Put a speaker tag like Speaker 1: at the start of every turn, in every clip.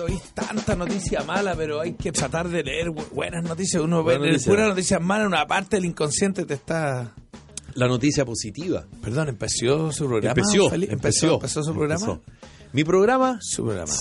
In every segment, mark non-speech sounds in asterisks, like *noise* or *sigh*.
Speaker 1: oís tanta noticia mala, pero hay que tratar de leer bu- buenas noticias. Uno
Speaker 2: Buenas
Speaker 1: ve
Speaker 2: noticias.
Speaker 1: puras noticias malas, una parte del inconsciente te está...
Speaker 2: La noticia positiva.
Speaker 1: Perdón, empezó su programa.
Speaker 2: Empeció,
Speaker 1: Felipe?
Speaker 2: empeció,
Speaker 1: empezó, empezó su programa.
Speaker 2: empezó. Mi programa,
Speaker 1: Su programa.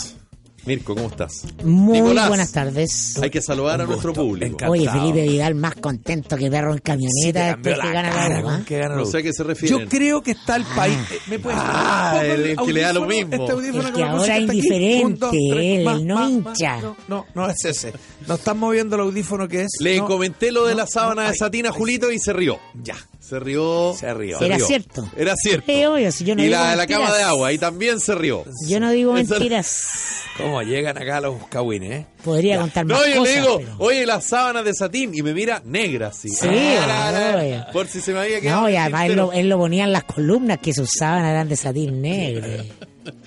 Speaker 2: Mirko, ¿cómo estás?
Speaker 3: Muy
Speaker 2: Nicolás.
Speaker 3: buenas tardes.
Speaker 2: Hay que saludar a
Speaker 1: Un
Speaker 2: nuestro
Speaker 1: gusto.
Speaker 2: público.
Speaker 1: Encantado.
Speaker 3: Oye, Felipe Vidal más contento que perro en
Speaker 1: Sí, te
Speaker 3: camioneta
Speaker 1: cambió
Speaker 3: después este que
Speaker 1: la
Speaker 3: gana
Speaker 1: cara,
Speaker 3: la
Speaker 1: weón,
Speaker 3: UMA.
Speaker 1: que gana la
Speaker 2: No sé a
Speaker 1: UMA.
Speaker 2: qué se refieren.
Speaker 1: Yo creo que está el país. eh, ¿Me puedes
Speaker 2: Ah,
Speaker 1: Pongo
Speaker 2: el que le da lo
Speaker 1: audífono,
Speaker 2: mismo.
Speaker 1: este audífono
Speaker 3: El
Speaker 1: con
Speaker 3: que
Speaker 1: la
Speaker 3: ahora
Speaker 1: música
Speaker 3: es
Speaker 1: está aquí.
Speaker 3: indiferente, él,
Speaker 1: más,
Speaker 3: no
Speaker 1: más,
Speaker 3: hincha.
Speaker 1: más. No, no, no es ese. No están moviendo el audífono que es.
Speaker 2: Le
Speaker 1: no.
Speaker 2: comenté lo de
Speaker 1: no,
Speaker 2: la
Speaker 1: no,
Speaker 2: sábana de
Speaker 1: ay,
Speaker 2: satina a
Speaker 1: ay,
Speaker 2: Julito y se rió.
Speaker 1: Ya.
Speaker 2: Se rió.
Speaker 1: Se rió.
Speaker 3: Era cierto.
Speaker 2: Era cierto.
Speaker 3: Eh, obvio, si yo no
Speaker 2: y
Speaker 3: digo
Speaker 2: la de la
Speaker 3: mentiras.
Speaker 2: cama de agua, y también se rió.
Speaker 3: Yo no digo
Speaker 2: Esa- *laughs*
Speaker 3: mentiras.
Speaker 1: ¿Cómo llegan acá los buscawines, eh?
Speaker 3: Podría contar más
Speaker 2: No, yo
Speaker 3: cosas.
Speaker 2: le digo,
Speaker 3: pero-
Speaker 2: oye, las sábanas de satín, y me mira negra, así. Ah,
Speaker 3: Sí, obvio.
Speaker 2: por si se me había quedado.
Speaker 3: No, y
Speaker 2: el
Speaker 3: además él
Speaker 2: tintero.
Speaker 3: lo, él lo ponía en las columnas que se usaban, eran de satín negro.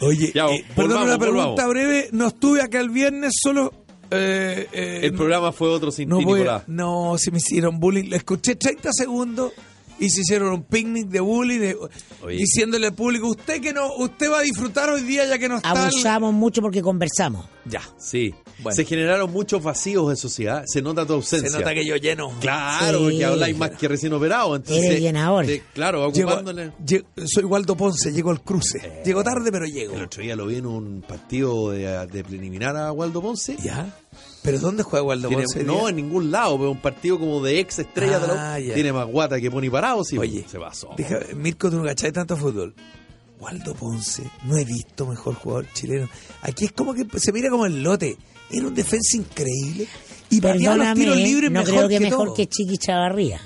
Speaker 1: Oye,
Speaker 2: Ya,
Speaker 1: eh,
Speaker 2: volvamos,
Speaker 1: perdón, una
Speaker 2: volvamos.
Speaker 1: pregunta breve. No estuve acá el viernes, solo. eh, eh,
Speaker 2: El programa fue otro sin
Speaker 1: No,
Speaker 2: ti,
Speaker 1: voy a-
Speaker 2: Nicolás.
Speaker 1: no, si me hicieron bullying. Le escuché 30 segundos y se hicieron un picnic de bullying de-
Speaker 2: Oye.
Speaker 1: diciéndole al público, usted que no, usted va a disfrutar hoy día ya que no está. el-".
Speaker 3: Abusamos mucho porque conversamos.
Speaker 1: Ya.
Speaker 2: Sí.
Speaker 1: Bueno.
Speaker 2: Se generaron muchos vacíos de sociedad. Se nota tu
Speaker 1: Se
Speaker 2: ausencia.
Speaker 1: nota que yo lleno.
Speaker 2: Claro,
Speaker 3: Sí.
Speaker 2: porque habláis más que recién operado. Entonces,
Speaker 3: Eres llenador.
Speaker 2: te- claro,
Speaker 1: Llego-
Speaker 2: ocupándole. Eh.
Speaker 1: lle- soy Waldo Ponce, llego al cruce. Llego tarde, pero llego.
Speaker 2: El otro día lo vi en un partido de, de preliminar a Waldo Ponce.
Speaker 1: Ya. ¿Pero dónde juega Waldo
Speaker 2: Tiene-
Speaker 1: Ponce? hoy
Speaker 2: no,
Speaker 1: día?
Speaker 2: en ningún lado, pero un partido como de ex estrella de la
Speaker 1: Ah,
Speaker 2: U.
Speaker 1: ya.
Speaker 2: Tiene más guata que pone parado, sí.
Speaker 1: Oye,
Speaker 2: se pasó.
Speaker 1: Deja- Mirko, tú no cachai tanto fútbol. Waldo Ponce, no he visto mejor jugador chileno. Aquí es como que se mira como el lote. Era un defensa increíble. Y pateaba los tiros
Speaker 3: Perdóname,
Speaker 1: libres
Speaker 3: no
Speaker 1: mejor
Speaker 3: creo que
Speaker 1: que
Speaker 3: mejor
Speaker 1: todo.
Speaker 3: que Chiqui Chavarría.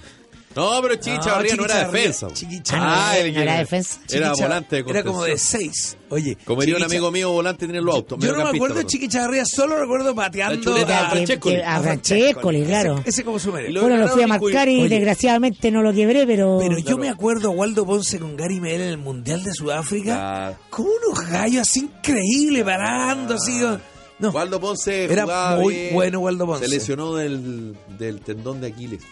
Speaker 2: No, pero Chiqui
Speaker 1: No,
Speaker 2: Chavarría no,
Speaker 1: Chiqui
Speaker 2: era
Speaker 1: Chavarría,
Speaker 2: defensa.
Speaker 1: Chiqui
Speaker 3: Chavarría.
Speaker 2: Ah, él
Speaker 3: No era
Speaker 2: que-
Speaker 3: defensa.
Speaker 2: Era
Speaker 1: Chiqui Cha-
Speaker 2: volante de
Speaker 1: Era como de
Speaker 2: contención.
Speaker 1: seis. Oye.
Speaker 2: Como diría un
Speaker 1: Chiqui Cha-
Speaker 2: amigo mío, volante tiene los autos.
Speaker 1: Yo no me acuerdo de
Speaker 2: mediocampista,
Speaker 1: Chiqui Chavarría, solo recuerdo pateando
Speaker 2: La chuleta
Speaker 1: a,
Speaker 2: de Francesco. Francescoli.
Speaker 3: que- a
Speaker 1: a
Speaker 3: Francescoli,
Speaker 1: Francescoli.
Speaker 3: claro.
Speaker 1: Ese, ese como su mérito.
Speaker 2: Lo-
Speaker 3: Bueno, lo fui a
Speaker 2: ganaron y
Speaker 3: marcar y
Speaker 2: cuy-
Speaker 1: Oye.
Speaker 3: desgraciadamente no lo quebré, pero...
Speaker 1: Pero yo
Speaker 2: Claro.
Speaker 1: me acuerdo a Waldo Ponce con Gary Medel en el Mundial de Sudáfrica.
Speaker 2: Claro.
Speaker 1: Con unos gallos así increíbles, parando así. No.
Speaker 2: Ah. Waldo Ponce
Speaker 1: Era
Speaker 2: jugaba
Speaker 1: muy
Speaker 2: bien.
Speaker 1: bueno Waldo Ponce.
Speaker 2: Se lesionó del, del tendón de Aquiles.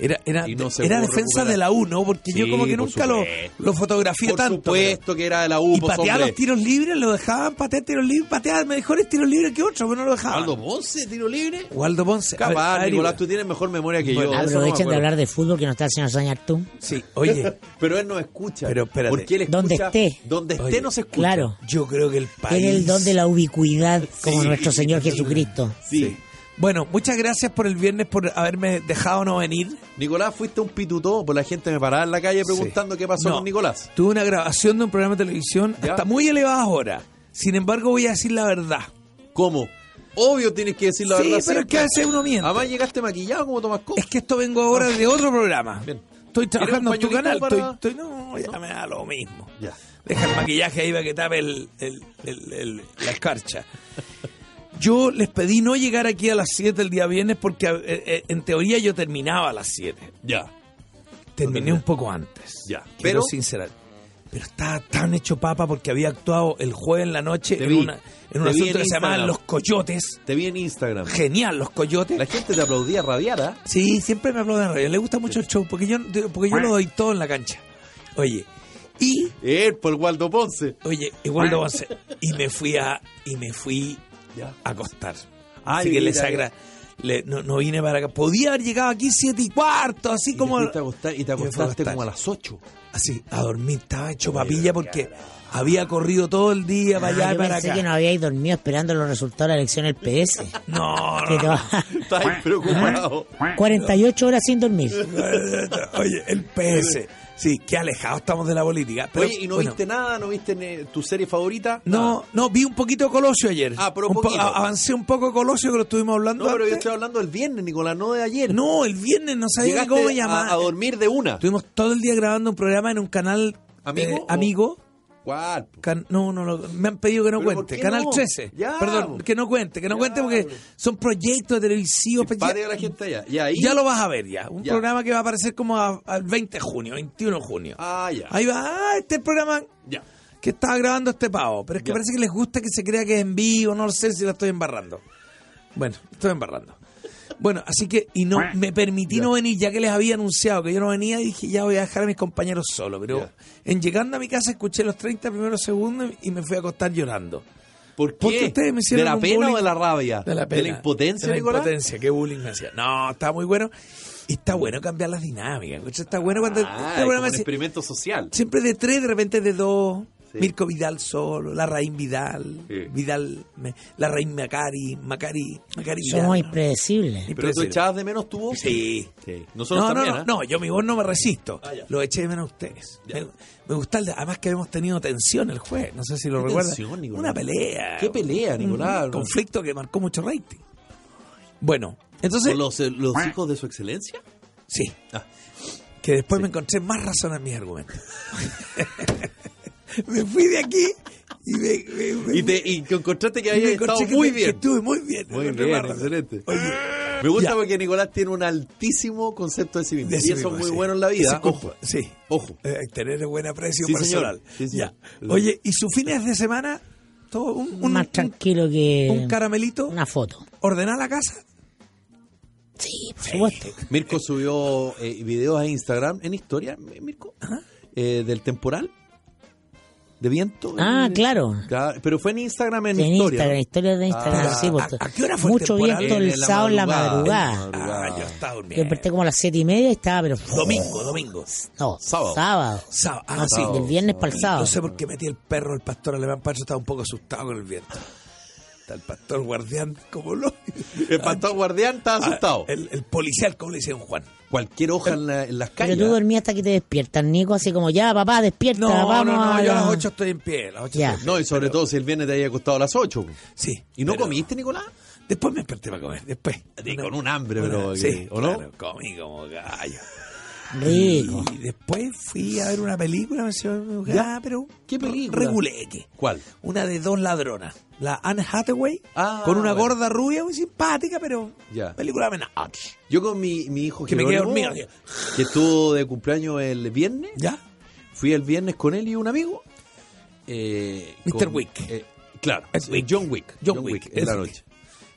Speaker 1: Era, era,
Speaker 2: Y no se
Speaker 1: era
Speaker 2: pudo
Speaker 1: defensa
Speaker 2: recuperar.
Speaker 1: de la U, ¿no? Porque yo
Speaker 2: Sí,
Speaker 1: como que
Speaker 2: por
Speaker 1: nunca lo,
Speaker 2: supuesto.
Speaker 1: lo fotografié
Speaker 2: Por
Speaker 1: tanto.
Speaker 2: supuesto que era de la U,
Speaker 1: pero- Y
Speaker 2: pues,
Speaker 1: pateaba
Speaker 2: hombre.
Speaker 1: los tiros libres, lo dejaban patear tiros libres, pateaba mejores tiros libres que otros, pero no lo dejaban.
Speaker 2: Waldo Ponce, tiro libre.
Speaker 1: Waldo Ponce. A ver,
Speaker 2: Capaz,
Speaker 1: averigua.
Speaker 2: Nicolás, tú tienes mejor memoria que
Speaker 1: Bueno,
Speaker 2: yo. eso no me
Speaker 3: Aprovechen de
Speaker 2: acuerdo.
Speaker 3: hablar de fútbol que no está el señor Soñartú.
Speaker 1: Sí, oye,
Speaker 2: *laughs* Pero él no escucha.
Speaker 1: Pero espérate.
Speaker 2: Porque él escucha.
Speaker 3: Donde esté.
Speaker 2: Donde esté
Speaker 1: Oye,
Speaker 2: no se escucha.
Speaker 3: Claro.
Speaker 1: yo creo que el país...
Speaker 3: Él es el don de la ubicuidad, como
Speaker 2: Sí.
Speaker 3: nuestro Señor Jesucristo.
Speaker 2: Sí.
Speaker 1: Bueno, muchas gracias por el viernes, por haberme dejado no venir.
Speaker 2: Nicolás, fuiste un pitutó, por la gente me paraba en la calle preguntando
Speaker 1: Sí.
Speaker 2: qué pasó
Speaker 1: No,
Speaker 2: con Nicolás.
Speaker 1: Tuve una grabación de un programa de televisión
Speaker 2: ¿Ya?
Speaker 1: hasta muy elevadas horas. Sin embargo, voy a decir la verdad.
Speaker 2: ¿Cómo? Obvio tienes que decir la
Speaker 1: sí,
Speaker 2: verdad.
Speaker 1: pero es que
Speaker 2: siempre.
Speaker 1: a veces uno miente.
Speaker 2: Además llegaste maquillado como Tomás Cook.
Speaker 1: Es que esto vengo ahora de otro programa.
Speaker 2: Bien.
Speaker 1: Estoy trabajando en
Speaker 2: ¿Quieres
Speaker 1: tu
Speaker 2: un
Speaker 1: canal.
Speaker 2: pañuelito para-
Speaker 1: Estoy, estoy- no, ya me da lo mismo.
Speaker 2: Ya.
Speaker 1: Deja el maquillaje ahí para que tape el, el- el- el- la escarcha. Yo les pedí no llegar aquí a las 7 el día viernes porque eh, eh, en teoría yo terminaba a las 7.
Speaker 2: Ya.
Speaker 1: Terminé un poco antes.
Speaker 2: Ya.
Speaker 1: Pero
Speaker 2: Pero-
Speaker 1: sincera. Pero estaba tan hecho papa porque había actuado el jueves en la noche
Speaker 2: Te
Speaker 1: en,
Speaker 2: vi.
Speaker 1: una, en un
Speaker 2: Te vi
Speaker 1: asunto
Speaker 2: en
Speaker 1: que se llamaba
Speaker 2: Instagram.
Speaker 1: Los Coyotes.
Speaker 2: Te vi en Instagram.
Speaker 1: Genial, Los Coyotes.
Speaker 2: La gente te aplaudía rabiada.
Speaker 1: Sí, siempre me aplauden en radio. Le gusta mucho el show porque yo, porque yo lo doy todo en la cancha. Oye, y
Speaker 2: Él Eh, por Waldo Ponce.
Speaker 1: oye, igual lo once. Y me fui a y me fui
Speaker 2: Ya.
Speaker 1: a acostar.
Speaker 2: Ay,
Speaker 1: así que les
Speaker 2: mira,
Speaker 1: agra le- no, no vine para acá. Podía haber llegado aquí siete y cuarto, así
Speaker 2: Y te
Speaker 1: como
Speaker 2: fuiste a acostar- y te
Speaker 1: me fui a
Speaker 2: acostaste
Speaker 1: acostar.
Speaker 2: como a las 8.
Speaker 1: así a dormir. Estaba hecho papilla porque había corrido todo el día para allá
Speaker 3: Ah,
Speaker 1: y
Speaker 3: yo
Speaker 1: para
Speaker 3: pensé
Speaker 1: acá.
Speaker 3: que no habíais dormido esperando los resultados de la elección del
Speaker 1: *laughs*
Speaker 3: PS.
Speaker 2: *laughs*
Speaker 1: no,
Speaker 3: Que
Speaker 1: no, no.
Speaker 3: *laughs* no.
Speaker 2: Estás preocupado.
Speaker 3: 48 horas sin dormir.
Speaker 1: Oye, el PS. Sí, qué alejados estamos de la política. Pero,
Speaker 2: Oye, ¿y no
Speaker 1: bueno.
Speaker 2: viste nada? ¿No viste eh, tu serie favorita?
Speaker 1: No, no, vi un poquito de Colosio ayer.
Speaker 2: Ah, pero
Speaker 1: Un po-
Speaker 2: poquito.
Speaker 1: a- avancé un poco de Colosio que lo estuvimos hablando.
Speaker 2: No, pero yo
Speaker 1: antes.
Speaker 2: estoy hablando del viernes, Nicolás, no de ayer.
Speaker 1: No, el viernes no sabía ni
Speaker 2: Llegaste
Speaker 1: cómo
Speaker 2: a,
Speaker 1: llamar.
Speaker 2: a dormir de una.
Speaker 1: Estuvimos todo el día grabando un programa en un canal
Speaker 2: ¿Amigo
Speaker 1: eh,
Speaker 2: o-
Speaker 1: amigo.
Speaker 2: ¿Cuál?
Speaker 1: Can- no, no, no, me han pedido que no
Speaker 2: ¿Pero por
Speaker 1: cuente.
Speaker 2: qué
Speaker 1: Canal
Speaker 2: no?
Speaker 1: 13.
Speaker 2: Ya,
Speaker 1: Perdón,
Speaker 2: pues.
Speaker 1: que no cuente, que no
Speaker 2: Ya,
Speaker 1: cuente porque
Speaker 2: pues.
Speaker 1: son proyectos televisivos. pues,
Speaker 2: Padre
Speaker 1: ya,
Speaker 2: de la gente allá. Y ahí.
Speaker 1: ya lo vas a ver ya. Un
Speaker 2: Ya.
Speaker 1: programa que va a aparecer como a- al 20 de junio, 21 de junio.
Speaker 2: Ah, ya.
Speaker 1: Ahí va, ah, este es el programa
Speaker 2: Ya.
Speaker 1: que estaba grabando este pavo, pero es que
Speaker 2: Ya.
Speaker 1: parece que les gusta que se crea que es en vivo, no lo sé si la estoy embarrando. Bueno, estoy embarrando. Bueno, así que, y no, me permití no venir, ya que les había anunciado que yo no venía, dije, ya voy a dejar a mis compañeros solo, pero
Speaker 2: Ya.
Speaker 1: en llegando a mi casa escuché los 30 primeros segundos y me fui a acostar llorando.
Speaker 2: ¿Por qué?
Speaker 1: ¿Por qué ustedes me hicieron
Speaker 2: ¿De la
Speaker 1: un
Speaker 2: pena
Speaker 1: bullying?
Speaker 2: o Ah, de la rabia?
Speaker 1: De la pena.
Speaker 2: impotencia,
Speaker 1: De la
Speaker 2: Nicolás?
Speaker 1: impotencia, qué bullying me hacía. No, está muy bueno. Y está bueno cambiar las dinámicas. coche, Está bueno cuando. este
Speaker 2: Ah,
Speaker 1: está
Speaker 2: es
Speaker 1: bueno
Speaker 2: como un
Speaker 1: decir,
Speaker 2: experimento social.
Speaker 1: siempre de tres, de repente de dos.
Speaker 2: Sí.
Speaker 1: Mirko Vidal solo, Larraín Vidal,
Speaker 2: Sí.
Speaker 1: Vidal, me- Larraín Macari, Macari, Macari
Speaker 3: Somos
Speaker 1: Vidal.
Speaker 3: impredecibles.
Speaker 2: ¿Pero tú
Speaker 1: impresionante.
Speaker 2: echabas de menos tu voz?
Speaker 1: Sí.
Speaker 2: Sí.
Speaker 1: No,
Speaker 2: Nosotros
Speaker 1: no,
Speaker 2: también,
Speaker 1: no,
Speaker 2: ¿eh?
Speaker 1: no, yo mi voz no me resisto.
Speaker 2: Ah, ya.
Speaker 1: Lo eché de menos a ustedes.
Speaker 2: Ya.
Speaker 1: Me, me gusta, el de- además que habíamos tenido tensión el juez, no sé si lo
Speaker 2: ¿Qué
Speaker 1: recuerdas.
Speaker 2: tensión, Nicolás?
Speaker 1: Una pelea.
Speaker 2: ¿Qué pelea,
Speaker 1: Un-
Speaker 2: Nicolás?
Speaker 1: Un conflicto que marcó mucho rating. Bueno, entonces...
Speaker 2: ¿Con los, eh, los hijos de su excelencia?
Speaker 1: Sí.
Speaker 2: Ah.
Speaker 1: Que después me encontré más razón en mis argumentos. *laughs* me fui de aquí y me... me- me-
Speaker 2: Y, te, y que encontraste que
Speaker 1: y me
Speaker 2: había
Speaker 1: encontré
Speaker 2: estado
Speaker 1: que
Speaker 2: muy
Speaker 1: me- que
Speaker 2: bien.
Speaker 1: Estuve muy bien.
Speaker 2: Muy
Speaker 1: encontré
Speaker 2: bien,
Speaker 1: más razón.
Speaker 2: excelente.
Speaker 1: Oye,
Speaker 2: Me gusta
Speaker 1: Ya.
Speaker 2: porque Nicolás tiene un altísimo concepto de sí mismo.
Speaker 1: de
Speaker 2: y
Speaker 1: sí
Speaker 2: eso es
Speaker 1: mismo,
Speaker 2: muy
Speaker 1: sí.
Speaker 2: bueno en la
Speaker 1: Ese
Speaker 2: vida.
Speaker 1: compa-
Speaker 2: Ojo,
Speaker 1: Sí.
Speaker 2: ojo.
Speaker 1: Eh, tener buen aprecio
Speaker 2: Sí, señor.
Speaker 1: personal.
Speaker 2: Sí, señor.
Speaker 1: Ya. Oye, ¿y sus fines de semana? Todo un, un-
Speaker 3: Más
Speaker 1: un-
Speaker 3: tranquilo que
Speaker 1: un caramelito.
Speaker 3: una foto.
Speaker 1: ¿Ordenar la casa?
Speaker 3: Sí, por supuesto.
Speaker 2: Mirko subió eh, videos a Instagram en historia, eh, Mirko, eh, del temporal de viento.
Speaker 3: Ah,
Speaker 2: Eh,
Speaker 3: claro.
Speaker 2: claro, Pero fue en Instagram en,
Speaker 3: En
Speaker 2: historia.
Speaker 3: Instagram, historias de Instagram.
Speaker 1: Ah,
Speaker 3: sí, por
Speaker 1: ¿a-
Speaker 3: to-
Speaker 1: a qué hora fue el
Speaker 3: Mucho
Speaker 1: temporal?
Speaker 3: viento
Speaker 2: En
Speaker 3: el
Speaker 2: la
Speaker 3: sábado en la
Speaker 2: madrugada.
Speaker 3: madrugada.
Speaker 1: Ah,
Speaker 2: Madrugada.
Speaker 1: yo estaba
Speaker 3: Yo
Speaker 1: durmiendo.
Speaker 3: desperté como a las siete y media y estaba, pero.
Speaker 1: Domingo, domingo.
Speaker 3: No,
Speaker 2: Sábado.
Speaker 3: sábado.
Speaker 1: Sábado. Ah,
Speaker 3: No,
Speaker 1: sí.
Speaker 3: Del viernes para el sábado.
Speaker 1: No sé por qué metí el perro, el pastor alemán, Pancho estaba un poco asustado con el viento. Está el pastor guardián como lo...
Speaker 2: El pastor guardián estaba *laughs* asustado.
Speaker 1: Ah, El, el policial, como le dicen Juan.
Speaker 2: Cualquier hoja en, la- en las
Speaker 3: Pero
Speaker 2: calles.
Speaker 3: tú dormías hasta que te despiertas, Nico, así como ya, papá, despierta,
Speaker 1: No,
Speaker 3: vamos
Speaker 1: no, no,
Speaker 3: a
Speaker 1: yo a
Speaker 3: la-
Speaker 1: las 8 estoy en pie. a las ocho
Speaker 3: Ya.
Speaker 1: estoy en pie,
Speaker 2: No, y sobre
Speaker 1: pero-
Speaker 2: todo si el viernes te había costado a las 8.
Speaker 1: Sí.
Speaker 2: ¿Y no
Speaker 1: pero-
Speaker 2: comiste, Nicolás?
Speaker 1: Después me desperté para comer, después.
Speaker 2: Sí, con un hambre, pero,
Speaker 1: sí,
Speaker 2: ¿o no?
Speaker 1: claro, comí como gallo.
Speaker 3: Rico.
Speaker 1: Y después fui a ver una película, me decía,
Speaker 2: Ya.
Speaker 1: "Ah, pero
Speaker 2: ¿Qué película?
Speaker 1: Reguleque.
Speaker 2: ¿Cuál?
Speaker 1: Una de dos ladronas. La Anne Hathaway,
Speaker 2: Ah,
Speaker 1: con una
Speaker 2: bueno.
Speaker 1: gorda rubia muy simpática, pero
Speaker 2: Ya.
Speaker 1: película menage.
Speaker 2: Yo con mi, mi hijo
Speaker 1: Que me quedé
Speaker 2: Jerónimo,
Speaker 1: dormido.
Speaker 2: que estuvo de cumpleaños el viernes,
Speaker 1: ¿Ya?
Speaker 2: Fui el viernes con él y un amigo. Eh,
Speaker 1: Mr.
Speaker 2: con-
Speaker 1: Wick.
Speaker 2: eh, claro.
Speaker 1: Es
Speaker 2: sí,
Speaker 1: Wick.
Speaker 2: John Wick.
Speaker 1: John Wick,
Speaker 2: en la
Speaker 1: es
Speaker 2: noche.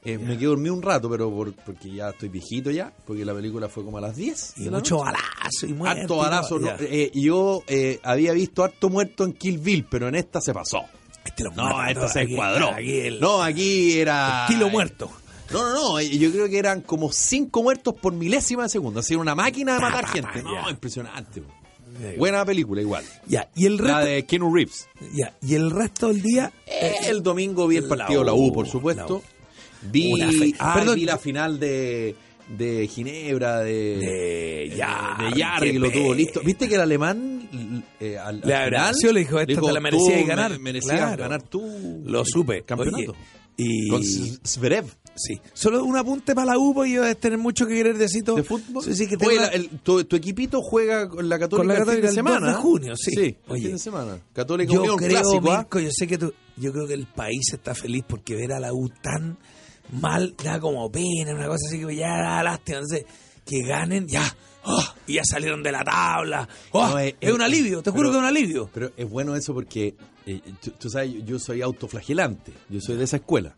Speaker 2: Eh, Me quedé dormido un rato, pero por- porque ya estoy viejito ya, porque la película fue como a las 10.
Speaker 1: Y
Speaker 2: de la
Speaker 1: mucho
Speaker 2: noche.
Speaker 1: balazo y muerte.
Speaker 2: Harto
Speaker 1: y
Speaker 2: balazo.
Speaker 1: todo,
Speaker 2: no,
Speaker 1: ya.
Speaker 2: eh, yo eh, había visto harto muerto en Kill Bill, pero en esta se pasó.
Speaker 1: Este lo
Speaker 2: No,
Speaker 1: mata
Speaker 2: esta
Speaker 1: todo
Speaker 2: se
Speaker 1: aquí,
Speaker 2: encuadró.
Speaker 1: aquí el-
Speaker 2: no, aquí era.
Speaker 1: Kilo muerto.
Speaker 2: No, no, no. eh, Yo creo que eran como cinco muertos por milésima de segundo. Así era una máquina de
Speaker 1: Pa,
Speaker 2: matar
Speaker 1: pa, pa,
Speaker 2: gente. No,
Speaker 1: ya.
Speaker 2: impresionante. po.
Speaker 1: Ya.
Speaker 2: Buena película, igual.
Speaker 1: Ya, y el
Speaker 2: Eh, La
Speaker 1: resto,
Speaker 2: de Keanu Reeves.
Speaker 1: ya, y el resto del día
Speaker 2: Eh, el domingo vi el
Speaker 1: La
Speaker 2: partido de la
Speaker 1: U,
Speaker 2: U, por
Speaker 1: la U.
Speaker 2: supuesto. Vi,
Speaker 1: Una fe-
Speaker 2: ah,
Speaker 1: Perdón.
Speaker 2: vi la final de, de Ginebra, de,
Speaker 1: de ya
Speaker 2: eh, de Yarri, que lo tuvo listo. ¿Viste que el alemán eh, al, al
Speaker 1: Le
Speaker 2: final
Speaker 1: agradeció, le dijo, "Esta te la
Speaker 2: tú
Speaker 1: merecías
Speaker 2: me-
Speaker 1: ganar".
Speaker 2: merecías
Speaker 1: Claro.
Speaker 2: ganar tú.
Speaker 1: Lo
Speaker 2: el
Speaker 1: supe.
Speaker 2: Campeonato.
Speaker 1: Oye, y
Speaker 2: Con Z- Zverev.
Speaker 1: sí, solo un apunte para la U porque debes tener mucho que querer decito.
Speaker 2: ¿De fútbol?
Speaker 1: Sí, sí, que
Speaker 2: Oye,
Speaker 1: tengo-
Speaker 2: la- el- tu, tu equipito juega con la Católica,
Speaker 1: Con la Católica el
Speaker 2: el fin de
Speaker 1: 2
Speaker 2: semana.
Speaker 1: de junio, sí.
Speaker 2: Sí, el
Speaker 1: Oye,
Speaker 2: fin de semana. Católica
Speaker 1: yo
Speaker 2: Unión,
Speaker 1: creo,
Speaker 2: clásico, ¿ah?
Speaker 1: Mirko, yo sé que tú, yo creo que el país está feliz porque ver a la U tan mal da como pena, una cosa así que ya da lástima, entonces que ganen ya. ¡ah! y ya salieron de la tabla. ¡ah!
Speaker 2: No,
Speaker 1: es,
Speaker 2: es-
Speaker 1: un
Speaker 2: es-
Speaker 1: alivio, te juro
Speaker 2: pero-
Speaker 1: que es un alivio.
Speaker 2: Pero es bueno eso porque, eh, tú, tú sabes, yo, yo soy autoflagelante, yo soy de esa escuela.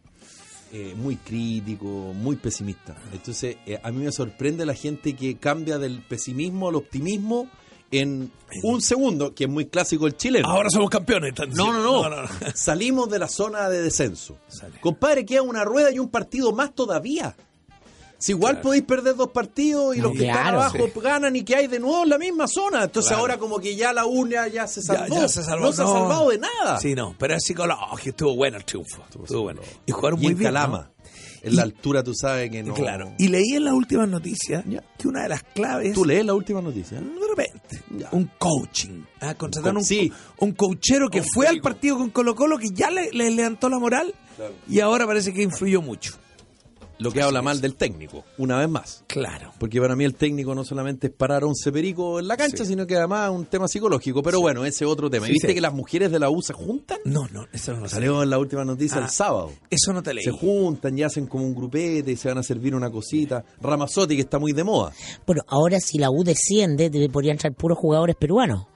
Speaker 2: Eh, muy crítico, muy pesimista. Entonces, eh, a mí me sorprende la gente que cambia del pesimismo al optimismo en un segundo, que es muy clásico el chileno.
Speaker 1: Ahora somos campeones. están
Speaker 2: no,
Speaker 1: diciendo.
Speaker 2: no, no,
Speaker 1: *laughs*
Speaker 2: Salimos de la zona de descenso.
Speaker 1: Sale.
Speaker 2: Compadre, queda una rueda y un partido más todavía. Si igual
Speaker 1: Claro.
Speaker 2: podéis perder dos partidos y
Speaker 3: No,
Speaker 2: los que están
Speaker 3: claro,
Speaker 2: abajo
Speaker 1: sí.
Speaker 2: ganan y que hay de nuevo en la misma zona. Entonces
Speaker 1: Claro.
Speaker 2: ahora como que ya la UNA ya se
Speaker 1: Ya-
Speaker 2: salvó.
Speaker 1: ya se salvó,
Speaker 2: No, se ha
Speaker 1: no.
Speaker 2: salvado de nada.
Speaker 1: Sí, no, pero es psicológico, estuvo bueno el triunfo. Estuvo, bueno. Y jugaron
Speaker 2: Y
Speaker 1: muy
Speaker 2: en
Speaker 1: bien.
Speaker 2: Calama. En
Speaker 1: Y-
Speaker 2: la altura tú sabes que
Speaker 1: ¿no?
Speaker 2: no.
Speaker 1: Claro. Y leí en las últimas noticias
Speaker 2: Ya.
Speaker 1: que una de las claves.
Speaker 2: tú lees la última noticia. ¿eh?
Speaker 1: De repente,
Speaker 2: Ya.
Speaker 1: un coaching. Ah, contrataron
Speaker 2: Un
Speaker 1: un,
Speaker 2: co- sí.
Speaker 1: un coachero que
Speaker 2: Un
Speaker 1: fue al
Speaker 2: técnico.
Speaker 1: partido con Colo Colo que ya le, le levantó la moral
Speaker 2: Claro.
Speaker 1: y ahora parece que influyó mucho.
Speaker 2: Lo que habla mal del técnico, una vez más.
Speaker 1: Claro.
Speaker 2: Porque para mí el técnico no solamente es parar 11 pericos en la cancha,
Speaker 1: Sí.
Speaker 2: sino que además es un tema psicológico. Pero bueno, ese es otro tema. ¿Y
Speaker 1: Sí,
Speaker 2: ¿Viste
Speaker 1: sí.
Speaker 2: que las mujeres de la U se juntan?
Speaker 1: No, no, eso no lo sé.
Speaker 2: Salió en la última noticia
Speaker 1: Ah.
Speaker 2: el sábado.
Speaker 1: Eso no te leí.
Speaker 2: Se juntan y hacen como un grupete y se van a servir una cosita. Ramazotti, que está muy de moda.
Speaker 3: Bueno, ahora si la U desciende, de- podrían entrar puros jugadores peruanos.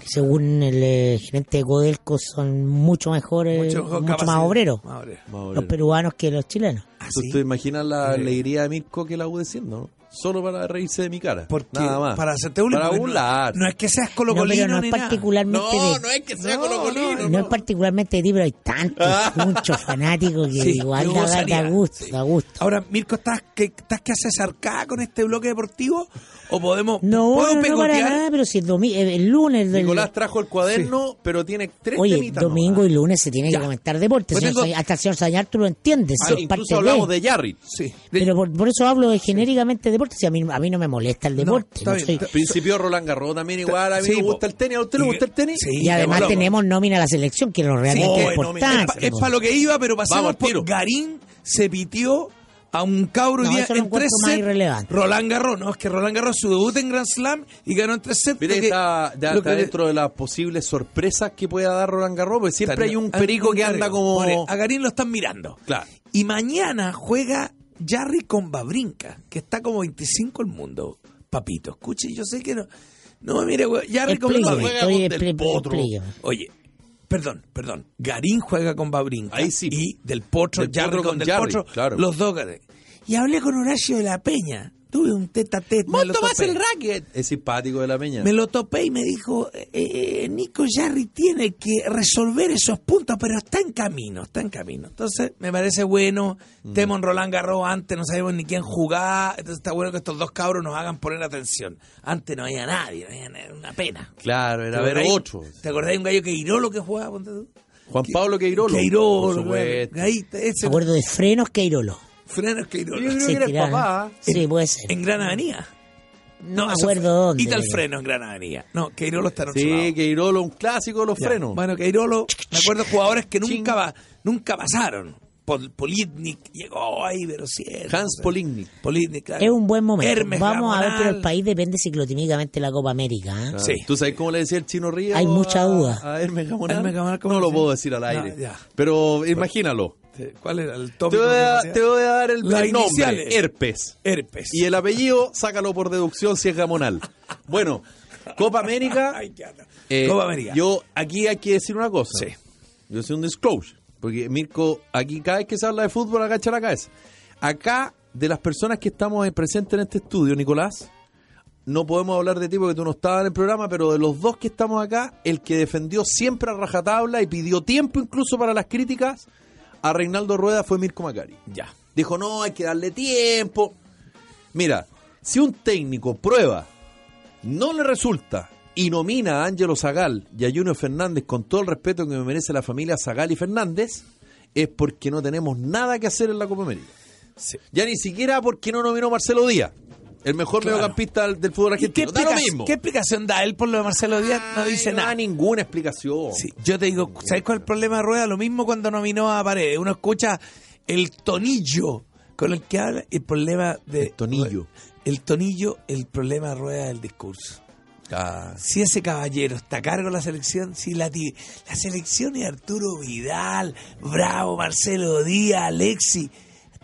Speaker 3: Que según el eh, gerente de Codelco son mucho mejores, Eh, mucho,
Speaker 1: mejor
Speaker 3: más
Speaker 1: capacidad.
Speaker 3: obreros
Speaker 1: Más obrero.
Speaker 2: Más o
Speaker 3: los
Speaker 2: menos.
Speaker 3: peruanos que los chilenos.
Speaker 1: Ah,
Speaker 2: ¿Tú
Speaker 1: sí.
Speaker 2: te imaginas la
Speaker 1: Sí.
Speaker 2: alegría de Mirko que la U desciende, no? solo para reírse de mi cara.
Speaker 1: Porque
Speaker 2: nada más.
Speaker 1: para hacerte bullying.
Speaker 2: Para
Speaker 1: porque no-
Speaker 2: burlar.
Speaker 1: No, es que seas
Speaker 3: No, pero
Speaker 1: colocolino
Speaker 3: no
Speaker 1: ni
Speaker 3: es
Speaker 1: nada.
Speaker 3: particularmente de-
Speaker 2: No, no es que sea
Speaker 1: No,
Speaker 2: colocolino.
Speaker 1: no,
Speaker 2: No, Ah.
Speaker 3: No es particularmente de ti, pero hay tantos muchos fanáticos que
Speaker 1: Sí,
Speaker 3: igual
Speaker 1: que
Speaker 3: da,
Speaker 1: gozaría,
Speaker 3: da gusto,
Speaker 1: sí.
Speaker 3: da gusto.
Speaker 1: Ahora, Mirko, ¿estás que, estás que haces arcada con este bloque deportivo? ¿O podemos.?
Speaker 3: No,
Speaker 1: ¿Puedo
Speaker 3: no, no para
Speaker 1: pegotear?
Speaker 3: nada, pero si el, domi- eh, el lunes... Del,
Speaker 2: Nicolás trajo el cuaderno, pero tiene tres
Speaker 3: oye,
Speaker 2: temitas
Speaker 3: domingo
Speaker 2: nomás.
Speaker 3: y lunes se tiene
Speaker 2: Ya.
Speaker 3: que comentar deporte.
Speaker 2: Pues
Speaker 3: señor
Speaker 2: tengo-
Speaker 3: Sañar- hasta el señor Sañar tú lo entiendes,
Speaker 2: Ah,
Speaker 3: es parte
Speaker 2: incluso hablamos de Jarry.
Speaker 1: Sí. De-
Speaker 3: Pero por, por eso hablo de genéricamente de deporte, si a mí, a mí no me molesta el deporte.
Speaker 1: está
Speaker 3: no
Speaker 1: bien,
Speaker 3: soy-
Speaker 1: está-
Speaker 2: Principio Roland Garros también igual. A mí
Speaker 1: Sí,
Speaker 2: me
Speaker 1: po.
Speaker 2: gusta el tenis. ¿A usted le
Speaker 1: Y-
Speaker 2: gusta el tenis?
Speaker 1: sí.
Speaker 3: y además
Speaker 1: bueno.
Speaker 3: tenemos nómina a la selección, que es lo realmente
Speaker 2: bueno,
Speaker 1: Es
Speaker 3: importante.
Speaker 1: pa- es para lo que iba, pero pasamos
Speaker 2: Vamos al
Speaker 1: por
Speaker 2: tiro.
Speaker 1: Garín se pitió a un cabro hoy
Speaker 3: No,
Speaker 1: día
Speaker 3: eso lo
Speaker 1: en tres
Speaker 3: encuentro más
Speaker 1: sets.
Speaker 3: irrelevante.
Speaker 1: Roland Garros, no, es que Roland Garros su debut en Grand Slam y ganó en tres sets.
Speaker 2: Mira,
Speaker 1: Lo que-
Speaker 2: está, ya
Speaker 1: lo
Speaker 2: está
Speaker 1: que-
Speaker 2: dentro de las posibles sorpresas que pueda dar Roland Garros, porque siempre
Speaker 1: Está-
Speaker 2: hay un perico que anda como...
Speaker 1: Pobre, A Garín lo están mirando.
Speaker 2: Claro.
Speaker 1: Y mañana juega Jarry con Babrinka, que está como 25 el mundo. Papito, escuche, yo sé que no. No, mire, güey, Jarry con
Speaker 3: Explíqueme,
Speaker 1: Babrinka.
Speaker 3: oye,
Speaker 2: con Del
Speaker 3: explí-
Speaker 2: Potro.
Speaker 3: explíqueme.
Speaker 1: Oye, perdón, perdón. Garín juega con Babrinka.
Speaker 2: Ahí sí.
Speaker 1: Y Del Potro,
Speaker 2: Del
Speaker 1: Jarry
Speaker 2: Potro
Speaker 1: con
Speaker 2: con
Speaker 1: Del
Speaker 2: Jarry,
Speaker 1: Potro,
Speaker 2: claro.
Speaker 1: los dos Garín. Y hablé con Horacio de la Peña. Tuve un teta teta.
Speaker 2: racket! Es simpático de la peña.
Speaker 1: Me lo topé y me dijo, eh, eh, Nico Jarry tiene que resolver esos puntos, pero está en camino, está en camino. Entonces, me parece bueno,
Speaker 2: Mm.
Speaker 1: Temo en Roland Garros antes, no sabemos ni quién jugaba, entonces está bueno que estos dos cabros nos hagan poner atención. Antes no había nadie, no había na- era una pena.
Speaker 2: Claro, era
Speaker 1: ¿Te
Speaker 2: ver
Speaker 1: acordás?
Speaker 2: otro.
Speaker 1: ¿Te acordás de un gallo que Irolo que jugaba? ponte tú?
Speaker 2: Juan Pablo Queirolo. Por
Speaker 1: Queirolo,
Speaker 2: supuesto.
Speaker 1: claro. Ahí, ese
Speaker 3: Me acuerdo de Frenos Queirolo.
Speaker 1: Frenos Queirolo.
Speaker 2: Yo creo
Speaker 3: Sí,
Speaker 2: que era el
Speaker 3: tiraba.
Speaker 2: papá.
Speaker 3: Sí, puede ser.
Speaker 1: En Gran Avenida.
Speaker 3: No me
Speaker 1: eso fue-
Speaker 3: acuerdo dónde.
Speaker 1: Quita el freno en Gran Avenida. No, Queirolo está en otro lado.
Speaker 2: Sí, Queirolo, un clásico de los
Speaker 1: Ya.
Speaker 2: frenos.
Speaker 1: Bueno, Queirolo, me acuerdo de jugadores que
Speaker 2: Ching.
Speaker 1: nunca, va- nunca pasaron. Pol- Politnik llegó ahí, pero sí.
Speaker 2: Hans Politnik.
Speaker 1: Politnik, claro.
Speaker 3: Es un buen momento.
Speaker 1: eh. Hermes
Speaker 3: Vamos a ver, pero el
Speaker 1: Gamonal.
Speaker 3: país depende ciclotímicamente de la Copa América. ¿eh?
Speaker 1: Sí.
Speaker 2: Ah, ¿Tú sabes cómo le decía el chino Río?
Speaker 3: Hay
Speaker 2: a-
Speaker 3: mucha duda.
Speaker 2: A Hermes Gamonal.
Speaker 1: Hermes Gamonal, ¿cómo
Speaker 2: no lo
Speaker 1: decía?
Speaker 2: puedo decir al
Speaker 1: No,
Speaker 2: aire.
Speaker 1: ya.
Speaker 2: Pero imagínalo.
Speaker 1: Sí, ¿Cuál era el
Speaker 2: Te
Speaker 1: tópico?
Speaker 2: voy, a,
Speaker 1: que decía?
Speaker 2: te voy a dar el,
Speaker 1: Las
Speaker 2: el nombre.
Speaker 1: iniciales.
Speaker 2: Herpes.
Speaker 1: Herpes.
Speaker 2: Y el apellido, sácalo por deducción si es Gamonal. Bueno, Copa América.
Speaker 1: *laughs* Ay, qué ata.
Speaker 2: eh,
Speaker 1: Copa América.
Speaker 2: Yo, aquí hay que decir una cosa.
Speaker 1: Sí.
Speaker 2: Yo soy un disclosure. Porque, Mirko, aquí cada vez que se habla de fútbol, agacha la cabeza. Acá, de las personas que estamos eh, presentes en este estudio, Nicolás, no podemos hablar de ti porque tú no estabas en el programa, pero de los dos que estamos acá, el que defendió siempre a rajatabla y pidió tiempo incluso para las críticas a Reinaldo Rueda fue Mirko Macari.
Speaker 1: Ya.
Speaker 2: Dijo, no, hay que darle tiempo. Mira, si un técnico prueba, no le resulta y nomina a Ángelo Zagal y a Junior Fernández con todo el respeto que me merece la familia Zagal y Fernández, es porque no tenemos nada que hacer en la Copa América.
Speaker 1: Sí.
Speaker 2: Ya ni siquiera porque no nominó Marcelo Díaz, el mejor
Speaker 1: Claro.
Speaker 2: mediocampista del, del fútbol
Speaker 1: ¿Y ¿Qué,
Speaker 2: argentino. Da lo
Speaker 1: explica-
Speaker 2: mismo.
Speaker 1: qué explicación da él por lo de Marcelo Díaz? No dice
Speaker 2: Ay, no da
Speaker 1: nada.
Speaker 2: ninguna explicación.
Speaker 1: Sí, yo te digo, ¿sabes cuál es el problema de Rueda? Lo mismo cuando nominó a Paredes. Uno escucha el tonillo con el que habla. El problema de.
Speaker 2: El tonillo.
Speaker 1: El tonillo, el problema de Rueda del discurso.
Speaker 2: Ah,
Speaker 1: Si ese caballero está a cargo de la selección, si la, ti- la selección es Arturo Vidal, Bravo, Marcelo Díaz, Alexi.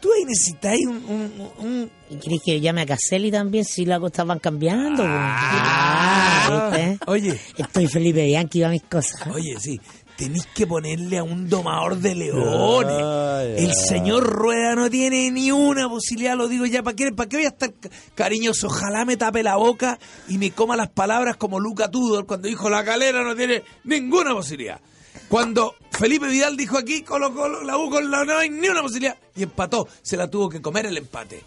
Speaker 1: Tú ahí necesitáis un. un- un-
Speaker 3: ¿Y crees que llame a Caselli también si la cosa van cambiando? pues? Ah, ¿viste?
Speaker 1: Oye,
Speaker 3: Estoy Felipe Bianchi, va mis cosas. ¿eh?
Speaker 1: oye, sí. Tenéis que ponerle a un domador de leones.
Speaker 2: Ay,
Speaker 1: El
Speaker 2: ay.
Speaker 1: señor Rueda no tiene ni una posibilidad, lo digo ya. ¿Para qué, para qué voy a estar ca- cariñoso? Ojalá me tape la boca y me coma las palabras como Luca Tudor cuando dijo la calera no tiene ninguna posibilidad. Cuando Felipe Vidal dijo aquí, Colo Colo, la U con la no hay ni una posibilidad. Y empató, se la tuvo que comer el empate.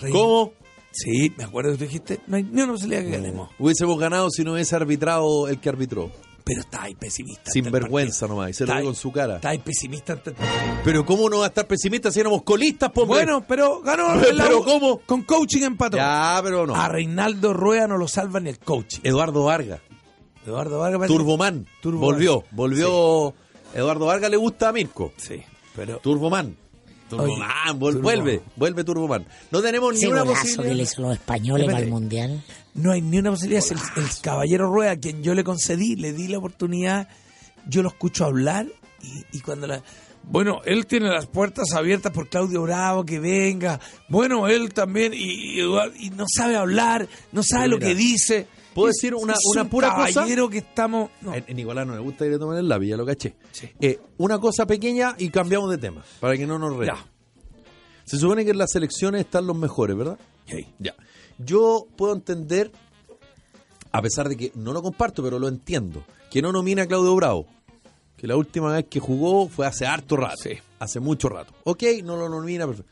Speaker 1: Reí-
Speaker 2: ¿Cómo?
Speaker 1: Sí, me acuerdo que tú dijiste, no hay ni una posibilidad que ganemos.
Speaker 2: Hubiésemos ganado si no hubiese arbitrado el que arbitró.
Speaker 1: Pero está ahí pesimista.
Speaker 2: Sin
Speaker 1: ante el
Speaker 2: vergüenza
Speaker 1: partido.
Speaker 2: nomás, y se lo
Speaker 1: Está
Speaker 2: digo
Speaker 1: ahí-
Speaker 2: en su cara.
Speaker 1: Está ahí pesimista. ante el partido.
Speaker 2: Pero ¿cómo no va a estar pesimista si éramos colistas, po, hombre?
Speaker 1: Bueno, pero ganó el
Speaker 2: Pero
Speaker 1: U-
Speaker 2: ¿cómo?
Speaker 1: Con coaching empató.
Speaker 2: Ya, pero no.
Speaker 1: A Reinaldo Rueda no lo salva ni el coaching.
Speaker 2: Eduardo Vargas,
Speaker 1: Eduardo Vargas parece-
Speaker 2: Turboman.
Speaker 1: Turbo
Speaker 2: volvió,
Speaker 1: Vargas.
Speaker 2: volvió. Eduardo Vargas le gusta a Mirko.
Speaker 1: Sí, pero
Speaker 2: Turboman.
Speaker 1: Oye,
Speaker 2: Turboman, vol-
Speaker 1: Turboman.
Speaker 2: vuelve, vuelve Turboman. No tenemos ni
Speaker 3: Ese
Speaker 2: una
Speaker 3: golazo que le
Speaker 2: posibilidad.
Speaker 3: hizo los españoles para el
Speaker 1: Espérate.
Speaker 3: Mundial.
Speaker 1: no hay ni una posibilidad. Si El, el caballero Rueda, a quien yo le concedí, le di la oportunidad, yo lo escucho hablar y, y cuando la... Bueno, él tiene las puertas abiertas por Claudio Bravo, que venga. Bueno, él también, y, y Eduardo- y no sabe hablar, no sabe
Speaker 2: Mira,
Speaker 1: lo que dice.
Speaker 2: ¿puedo
Speaker 1: Es-
Speaker 2: decir una-
Speaker 1: es
Speaker 2: una
Speaker 1: un
Speaker 2: pura cosa?
Speaker 1: caballero que estamos... no.
Speaker 2: A a Nicolás no le gusta ir a tomar el lápiz, ya lo caché.
Speaker 1: Sí.
Speaker 2: Eh, una cosa pequeña y cambiamos de tema, para que no nos rean.
Speaker 1: Ya.
Speaker 2: Se supone que en las selecciones están los mejores, ¿verdad?
Speaker 1: Ok.
Speaker 2: Ya. Yo puedo entender, a pesar de que no lo comparto, pero lo entiendo, que no nomina a Claudio Bravo. Que la última vez que jugó fue hace harto rato.
Speaker 1: Sí.
Speaker 2: Hace mucho rato. Ok, no lo nomina, perfecto.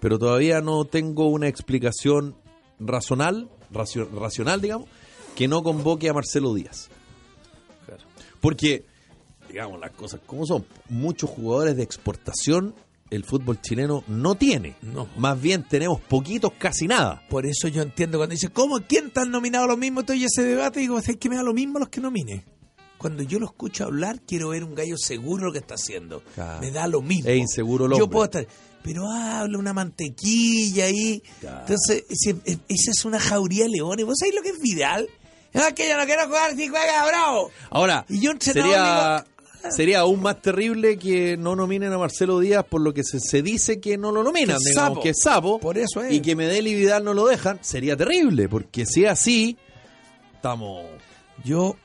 Speaker 2: Pero todavía no tengo una explicación razonal, racio- racional, digamos, que no convoque a Marcelo Díaz.
Speaker 1: Claro.
Speaker 2: Porque, digamos las cosas como son, muchos jugadores de exportación el fútbol chileno no tiene.
Speaker 1: No.
Speaker 2: Más bien tenemos poquitos, casi nada.
Speaker 1: Por eso yo entiendo cuando dice, ¿cómo? ¿Quién están nominados los mismos? Entonces yo ese debate digo, es que me da lo mismo los que nomine. Cuando yo lo escucho hablar, quiero ver un gallo seguro lo que está haciendo.
Speaker 2: Claro.
Speaker 1: Me da lo mismo.
Speaker 2: Es inseguro el
Speaker 1: Yo
Speaker 2: hombre.
Speaker 1: puedo estar, pero habla una mantequilla ahí.
Speaker 2: Claro.
Speaker 1: Entonces, ese- esa es una jauría de leones. ¿Vos sabés lo que es Vidal? Ah, que yo no quiero jugar si juega bravo.
Speaker 2: Ahora,
Speaker 1: Y yo entrenador
Speaker 2: sería, sería aún más terrible que no nominen a Marcelo Díaz por lo que se, se dice que no lo nominan,
Speaker 1: Que es
Speaker 2: digamos,
Speaker 1: sapo.
Speaker 2: que es sapo,
Speaker 1: Por eso es.
Speaker 2: y que Medel y Vidal no lo dejan, sería terrible, porque si es así, estamos...
Speaker 1: Yo,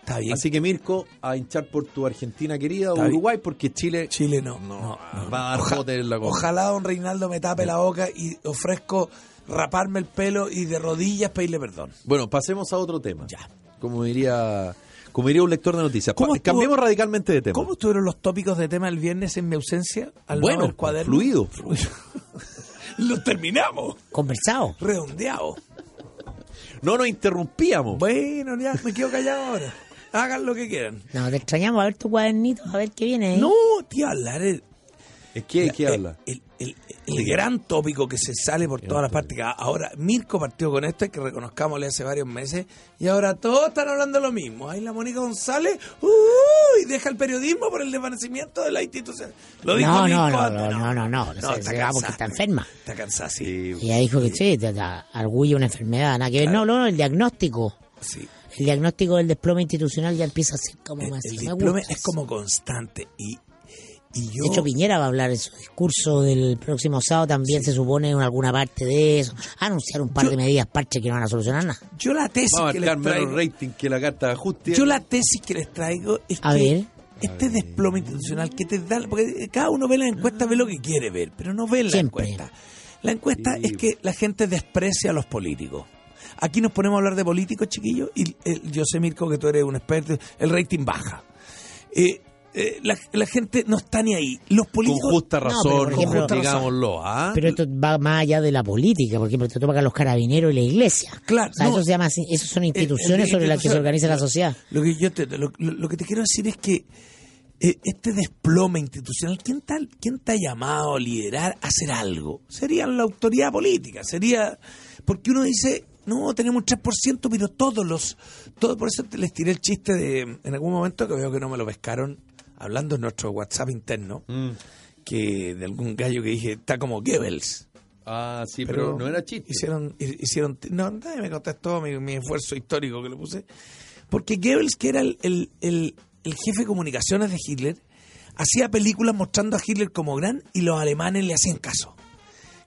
Speaker 1: está bien.
Speaker 2: Así que Mirko, a hinchar por tu Argentina querida,
Speaker 1: Está bien.
Speaker 2: Uruguay, porque Chile...
Speaker 1: Chile no.
Speaker 2: No,
Speaker 1: no, no,
Speaker 2: va a dar
Speaker 1: Oja-
Speaker 2: bote en la copa.
Speaker 1: Ojalá don Reinaldo me tape la boca y ofrezco raparme el pelo y de rodillas pedirle perdón.
Speaker 2: Bueno, pasemos a otro tema.
Speaker 1: Ya.
Speaker 2: Como diría, como diría un lector de noticias.
Speaker 1: ¿Cómo
Speaker 2: Pa-
Speaker 1: estuvo-
Speaker 2: Cambiemos radicalmente de tema.
Speaker 1: ¿Cómo estuvieron los tópicos de tema el viernes en mi ausencia? Al lado
Speaker 2: Bueno,
Speaker 1: del cuaderno.
Speaker 2: fluido.
Speaker 1: *laughs* los terminamos.
Speaker 3: Conversado.
Speaker 1: Redondeado.
Speaker 2: No nos interrumpíamos.
Speaker 1: Bueno, ya me quedo callado ahora. Hagan lo que quieran.
Speaker 3: No, te extrañamos. A ver tu cuadernito, a ver qué viene ¿eh? ahí.
Speaker 1: No, tío, hablar es-
Speaker 2: ¿Es que, ¿Qué
Speaker 1: Eh,
Speaker 2: habla?
Speaker 1: El, el- el gran tópico que se sale por todas las partes. que Ahora, Mirko partió con esto, hay que reconozcámosle hace varios meses, y ahora todos están hablando lo mismo. Ahí la Mónica González, uy, deja el periodismo por el desvanecimiento de la institución. Lo dijo
Speaker 3: no,
Speaker 1: Mirko
Speaker 3: no, no,
Speaker 1: antes,
Speaker 3: no, no, no, no,
Speaker 1: No,
Speaker 3: se-
Speaker 1: está
Speaker 3: se- vamos, que
Speaker 1: cansada.
Speaker 3: está enferma.
Speaker 1: Está cansada, sí.
Speaker 2: Eh,
Speaker 3: Ella dijo que sí, te- te- arguye una enfermedad, nada que ver. No, no, no, el diagnóstico.
Speaker 1: sí.
Speaker 3: El diagnóstico del desplome institucional ya empieza a ser como
Speaker 1: El,
Speaker 3: más.
Speaker 1: el
Speaker 3: me
Speaker 1: diploma
Speaker 3: gusta
Speaker 1: es
Speaker 3: eso.
Speaker 1: como constante y, y yo...
Speaker 3: De hecho, Piñera va a hablar en su discurso del próximo sábado también, se supone, en alguna parte de eso. Anunciar un par de medidas parches que no van a solucionar nada.
Speaker 1: yo la tesis
Speaker 2: Va a
Speaker 1: que les
Speaker 2: marcar menos
Speaker 1: traigo-
Speaker 2: rating que la carta de ajuste.
Speaker 1: Yo la tesis que les traigo es
Speaker 3: A
Speaker 1: que
Speaker 3: ver.
Speaker 1: este desplome institucional que te da, porque cada uno ve la encuesta, ve lo que quiere ver, pero no ve la
Speaker 3: Siempre.
Speaker 1: encuesta. La encuesta
Speaker 2: Sí. pues.
Speaker 1: es que la gente desprecia a los políticos. Aquí nos ponemos a hablar de políticos, chiquillos, y eh, yo sé, Mirko, que tú eres un experto, el rating baja. Eh, eh, la, la gente no está ni ahí. Los
Speaker 2: con
Speaker 1: políticos...
Speaker 2: justa
Speaker 3: No,
Speaker 2: razón,
Speaker 3: pero por ejemplo-
Speaker 2: digámoslo. ¿ah?
Speaker 3: Pero esto va más allá de la política, por ejemplo, te toca los carabineros y la iglesia.
Speaker 1: Claro,
Speaker 3: O sea,
Speaker 1: no.
Speaker 3: eso se llama así, esos son instituciones
Speaker 1: Eh, eh,
Speaker 3: sobre las que se organiza la sociedad.
Speaker 1: Lo que yo te, lo, lo- lo que te quiero decir es que eh, este desplome institucional, ¿quién está, ¿quién está llamado a liderar, a hacer algo? Sería la autoridad política, sería... Porque uno dice, no, tenemos un 3%, pero todos los... Todo, por eso te- les tiré el chiste de, en algún momento, que veo que no me lo pescaron, hablando en nuestro WhatsApp interno,
Speaker 2: Mm.
Speaker 1: que de algún gallo que dije, está como Goebbels.
Speaker 2: Ah, sí, pero, no era chiste.
Speaker 1: Hicieron, hicieron, no, nadie me contestó mi, mi esfuerzo histórico que le puse. Porque Goebbels, que era el, el- el- el jefe de comunicaciones de Hitler, hacía películas mostrando a Hitler como gran y los alemanes le hacían caso.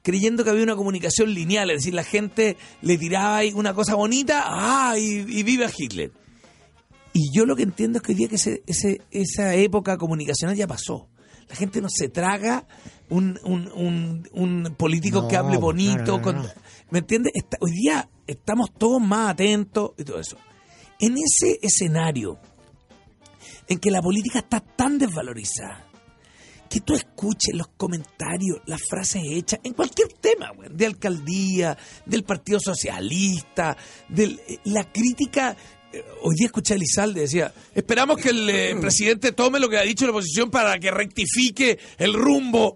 Speaker 1: Creyendo que había una comunicación lineal, es decir, la gente le tiraba ahí una cosa bonita, ¡ah! Y, y viva Hitler. Y yo lo que entiendo es que hoy día que ese- ese- esa época comunicacional ya pasó. La gente no se traga un, un- un- un político
Speaker 3: No,
Speaker 1: que hable
Speaker 3: pues,
Speaker 1: bonito.
Speaker 3: claro, no,
Speaker 1: con-
Speaker 3: no.
Speaker 1: ¿Me entiendes? Está- hoy día estamos todos más atentos y todo eso. En ese escenario en que la política está tan desvalorizada, que tú escuches los comentarios, las frases hechas en cualquier tema, güey, de alcaldía, del Partido Socialista, de la crítica. eh, Hoy día escuché a Elizalde, decía, esperamos que el
Speaker 3: Mm.
Speaker 1: eh, presidente tome lo que ha dicho la oposición para que rectifique el rumbo.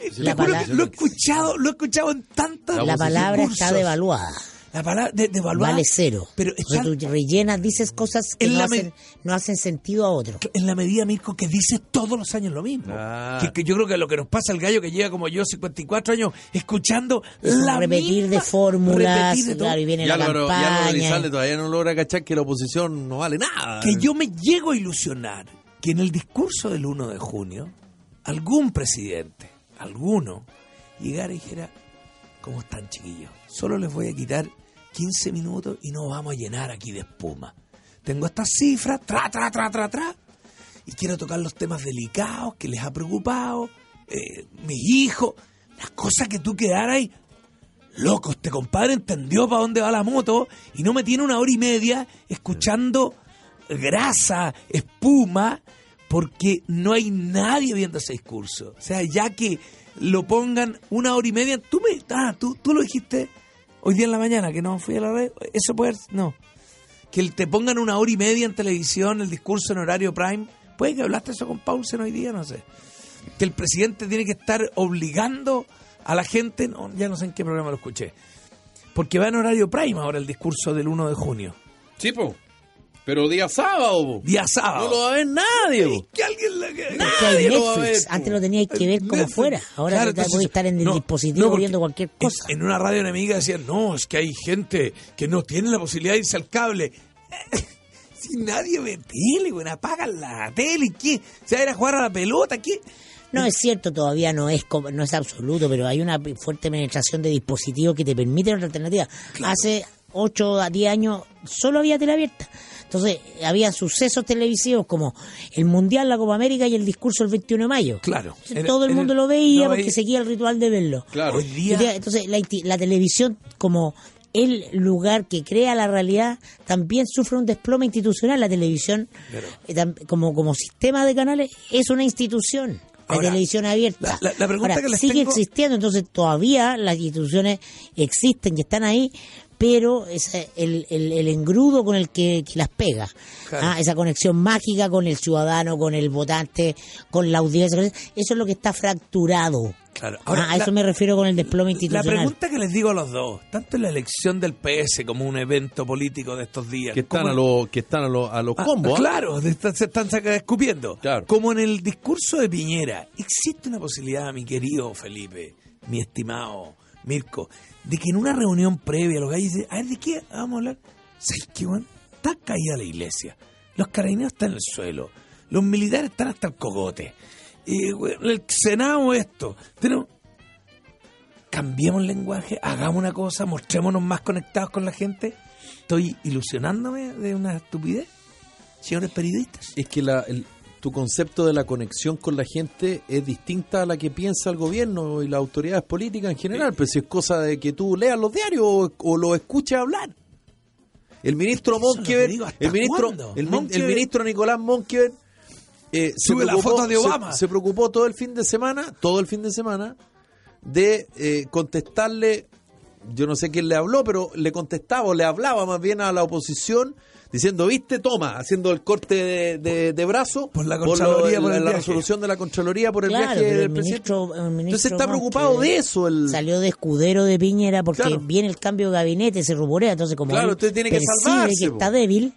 Speaker 1: Eh,
Speaker 2: Sí,
Speaker 1: te
Speaker 3: la
Speaker 1: juro que
Speaker 3: palabra-
Speaker 1: lo he escuchado, lo he escuchado en tantas
Speaker 2: La
Speaker 3: La palabra está
Speaker 1: discursos.
Speaker 3: devaluada,
Speaker 1: La palabra de, devaluada,
Speaker 3: vale cero.
Speaker 1: Pero
Speaker 3: Entonces
Speaker 1: están-
Speaker 3: tú rellenas, dices cosas que
Speaker 1: En
Speaker 3: no
Speaker 1: la me-
Speaker 3: hacen, no hacen sentido a otro.
Speaker 1: en la medida, Mirko, que dices todos los años lo mismo.
Speaker 2: Ah.
Speaker 1: Que, que yo creo que lo que nos pasa al gallo que llega como yo, 54 años, escuchando la
Speaker 3: repetir
Speaker 1: misma-
Speaker 3: de fórmulas,
Speaker 1: repetir de todo.
Speaker 3: claro, y viene
Speaker 2: Y
Speaker 3: la
Speaker 2: Álvaro, y Álvaro
Speaker 3: campaña.
Speaker 2: Elizalde todavía no logra cachar que la oposición no vale nada.
Speaker 1: Que yo me llego a ilusionar que en el discurso del 1 de junio, algún presidente, alguno, llegara y dijera, ¿cómo están chiquillos? Solo les voy a quitar 15 minutos y no vamos a llenar aquí de espuma. Tengo estas cifras, tra, tra, tra, tra, tra, y quiero tocar los temas delicados que les ha preocupado, eh, mis hijos, las cosas que tú quedaras ahí. loco, este compadre entendió para dónde va la moto y no me tiene una hora y media escuchando grasa, espuma, porque no hay nadie viendo ese discurso. O sea, ya que lo pongan una hora y media, tú me, ah, tú, tú lo dijiste hoy día en la mañana, que no fui a la red, eso puede, no. Que el- te pongan una hora y media en televisión el discurso en horario prime, puede que hablaste eso con Paulsen hoy día, no sé que el presidente tiene que estar obligando a la gente, no, ya no sé en qué programa lo escuché, porque va en horario prime ahora el discurso del 1 de junio,
Speaker 2: Sí, po. Pero día sábado, po.
Speaker 1: día
Speaker 2: No
Speaker 1: sábado.
Speaker 2: lo va a ver nadie, po.
Speaker 1: que alguien la- que-
Speaker 3: Que hay
Speaker 2: Nadie lo va a
Speaker 3: Netflix.
Speaker 2: ver, po.
Speaker 3: Antes lo tenías que ver como
Speaker 1: Netflix.
Speaker 3: fuera. Ahora
Speaker 1: Claro,
Speaker 3: te
Speaker 1: entonces,
Speaker 3: puedes estar en el
Speaker 1: no,
Speaker 3: dispositivo
Speaker 1: no, porque
Speaker 3: viendo cualquier
Speaker 1: en-
Speaker 3: cosa.
Speaker 1: En, una radio enemiga decían, no, es que hay gente que no tiene la posibilidad de irse al cable. *laughs* si nadie ve tele, güey, apagan la tele, ¿qué? Se va a ir a jugar a la pelota, ¿qué?
Speaker 3: No es cierto, todavía no es como- no es absoluto, pero hay una fuerte penetración de dispositivos que te permiten otra alternativa. Hace 8 a 10 años solo había tele abierta. Entonces, había sucesos televisivos como el Mundial, la Copa América y el discurso del 21 de mayo.
Speaker 1: Claro.
Speaker 3: Entonces,
Speaker 1: Era-
Speaker 3: todo el
Speaker 1: era-
Speaker 3: mundo lo veía
Speaker 1: no,
Speaker 3: porque
Speaker 1: ahí-
Speaker 3: seguía el ritual de verlo.
Speaker 2: Claro.
Speaker 1: Hoy día-
Speaker 3: Hoy día, Entonces, la, insti- la televisión como el lugar que crea la realidad también sufre un desplome institucional. La televisión,
Speaker 1: Claro.
Speaker 3: eh, tam- como, como sistema de canales, es una institución. La
Speaker 1: Ahora,
Speaker 3: televisión abierta.
Speaker 1: la- la- la pregunta
Speaker 3: Ahora,
Speaker 1: que les
Speaker 3: sigue
Speaker 1: tengo-
Speaker 3: existiendo, entonces todavía las instituciones existen y están ahí, pero ese- el, el- el engrudo con el que, que las pega,
Speaker 1: Claro.
Speaker 3: ah, esa conexión mágica con el ciudadano, con el votante, con la audiencia, con- eso es lo que está fracturado.
Speaker 1: Claro.
Speaker 3: Ah,
Speaker 1: la-
Speaker 3: a eso me refiero con el desplome
Speaker 1: La
Speaker 3: institucional.
Speaker 1: pregunta que les digo a los dos, tanto en la elección del PS como un evento político de estos días,
Speaker 2: Que están
Speaker 1: como-
Speaker 2: a los que están a los a los
Speaker 1: Ah,
Speaker 2: combos. ¿ah?
Speaker 1: Claro, de- están- se están saca- escupiendo.
Speaker 2: Claro.
Speaker 1: Como en el discurso de Piñera, existe una posibilidad, mi querido Felipe, mi estimado Mirko, de que en una reunión previa los gallos dicen, a ver, ¿de qué vamos a hablar? ¿Sabes qué, weón? Está caída la iglesia. Los carabineros están en el suelo. Los militares están hasta el cogote. Y, weón, el Senado esto. Tenemos cambiemos el lenguaje, hagamos una cosa, mostrémonos más conectados con la gente. Estoy ilusionándome de una estupidez, señores periodistas.
Speaker 2: Es que la, el- tu concepto de la conexión con la gente es distinta a la que piensa el gobierno y las autoridades políticas en general. Pero si es cosa de que tú leas los diarios o, o lo escuches hablar. El
Speaker 1: Eso
Speaker 2: ministro
Speaker 1: es lo que
Speaker 2: Monkever,
Speaker 1: digo, ¿hasta
Speaker 2: el ministro,
Speaker 1: cuándo?
Speaker 2: el, min-
Speaker 1: Monkever-
Speaker 2: el ministro Nicolás Monkever eh, se
Speaker 1: Sube la
Speaker 2: preocupó-
Speaker 1: foto de
Speaker 2: se-
Speaker 1: Obama.
Speaker 2: Se, preocupó todo el fin de semana, todo el fin de semana, de eh, contestarle, yo no sé quién le habló, pero le contestaba o le hablaba más bien a la oposición diciendo, viste, toma, haciendo el corte de, de- de brazo
Speaker 1: Por la
Speaker 2: lo-
Speaker 1: Contraloría, por
Speaker 2: la,
Speaker 1: el
Speaker 2: la
Speaker 1: viaje.
Speaker 2: resolución de la Contraloría por el
Speaker 3: Claro,
Speaker 2: viaje
Speaker 3: pero
Speaker 2: del
Speaker 3: el ministro-
Speaker 2: presidente.
Speaker 3: el ministro
Speaker 2: Entonces está
Speaker 3: Montt,
Speaker 2: preocupado
Speaker 3: que
Speaker 2: de eso. El,
Speaker 3: Salió de escudero de Piñera porque
Speaker 2: Claro.
Speaker 3: viene el cambio de gabinete, se ruborea, entonces como
Speaker 2: Claro,
Speaker 3: él
Speaker 2: usted tiene que
Speaker 3: percibe
Speaker 2: salvarse,
Speaker 3: que
Speaker 2: po.
Speaker 3: está débil,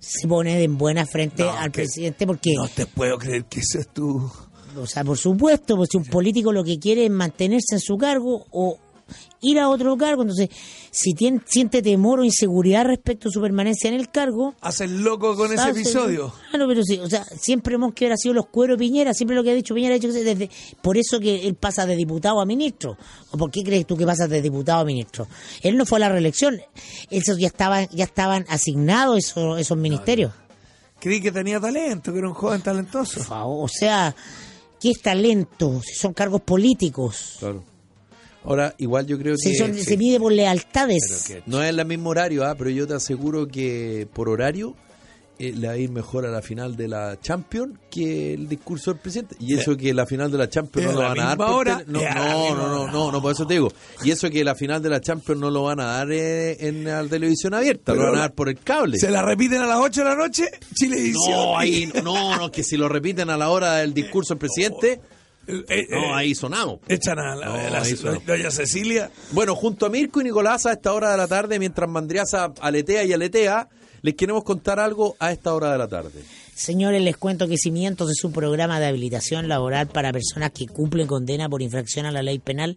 Speaker 3: se pone en buena frente
Speaker 1: No,
Speaker 3: al
Speaker 1: que-
Speaker 3: presidente porque,
Speaker 1: No te puedo creer que ese es tu...
Speaker 3: o sea, por supuesto, pues si un político lo que quiere es mantenerse en su cargo o ir a otro cargo, entonces si tiene, siente temor o inseguridad respecto a su permanencia en el cargo,
Speaker 1: Haces loco con ese
Speaker 3: Ah, sí,
Speaker 1: episodio.
Speaker 3: Claro, pero sí, o sea, siempre Monkever ha sido los cueros de Piñera, siempre lo que ha dicho Piñera ha dicho que desde, por eso que él pasa de diputado a ministro. ¿O por qué crees tú que pasa de diputado a ministro? Él no fue a la reelección, esos ya estaban, ya estaban asignados esos, esos ministerios.
Speaker 1: Creí que tenía talento, que era un joven talentoso.
Speaker 3: Por favor, o sea, ¿qué es talento? Si son cargos políticos,
Speaker 2: Claro. Ahora, igual yo creo que...
Speaker 3: si son-
Speaker 2: sí.
Speaker 3: se mide por lealtades.
Speaker 1: Pero
Speaker 2: No es el mismo horario, ah, pero yo te aseguro que por horario eh, le va a ir mejor a la final de la Champions que el discurso del presidente. Y eso que la final de la Champions
Speaker 1: Eh,
Speaker 2: no lo
Speaker 1: a la
Speaker 2: van a dar.
Speaker 1: misma
Speaker 2: por
Speaker 1: hora,
Speaker 2: tele- no,
Speaker 1: eh, a la
Speaker 2: no,
Speaker 1: misma
Speaker 2: no, no,
Speaker 1: hora,
Speaker 2: no, no, por eso te digo. Y eso que la final de la Champions no lo van a dar eh, en la televisión abierta, lo
Speaker 1: Pero
Speaker 2: van a
Speaker 1: la-
Speaker 2: dar por el cable.
Speaker 1: ¿Se la repiten a las 8 de la noche? Chilevisión.
Speaker 2: No, ahí, no, no, que si lo repiten a la hora del discurso del presidente,
Speaker 1: *laughs* Eh, eh,
Speaker 2: no, ahí sonamos.
Speaker 1: Echan a la,
Speaker 2: No,
Speaker 1: a la-
Speaker 2: ahí suena.
Speaker 1: doña Cecilia.
Speaker 2: Bueno, junto a Mirko y Nicolás a esta hora de la tarde, mientras Mandriaza aletea y aletea, les queremos contar algo a esta hora de la tarde.
Speaker 3: Señores, les cuento que Cimientos es un programa de habilitación laboral para personas que cumplen condena por infracción a la ley penal.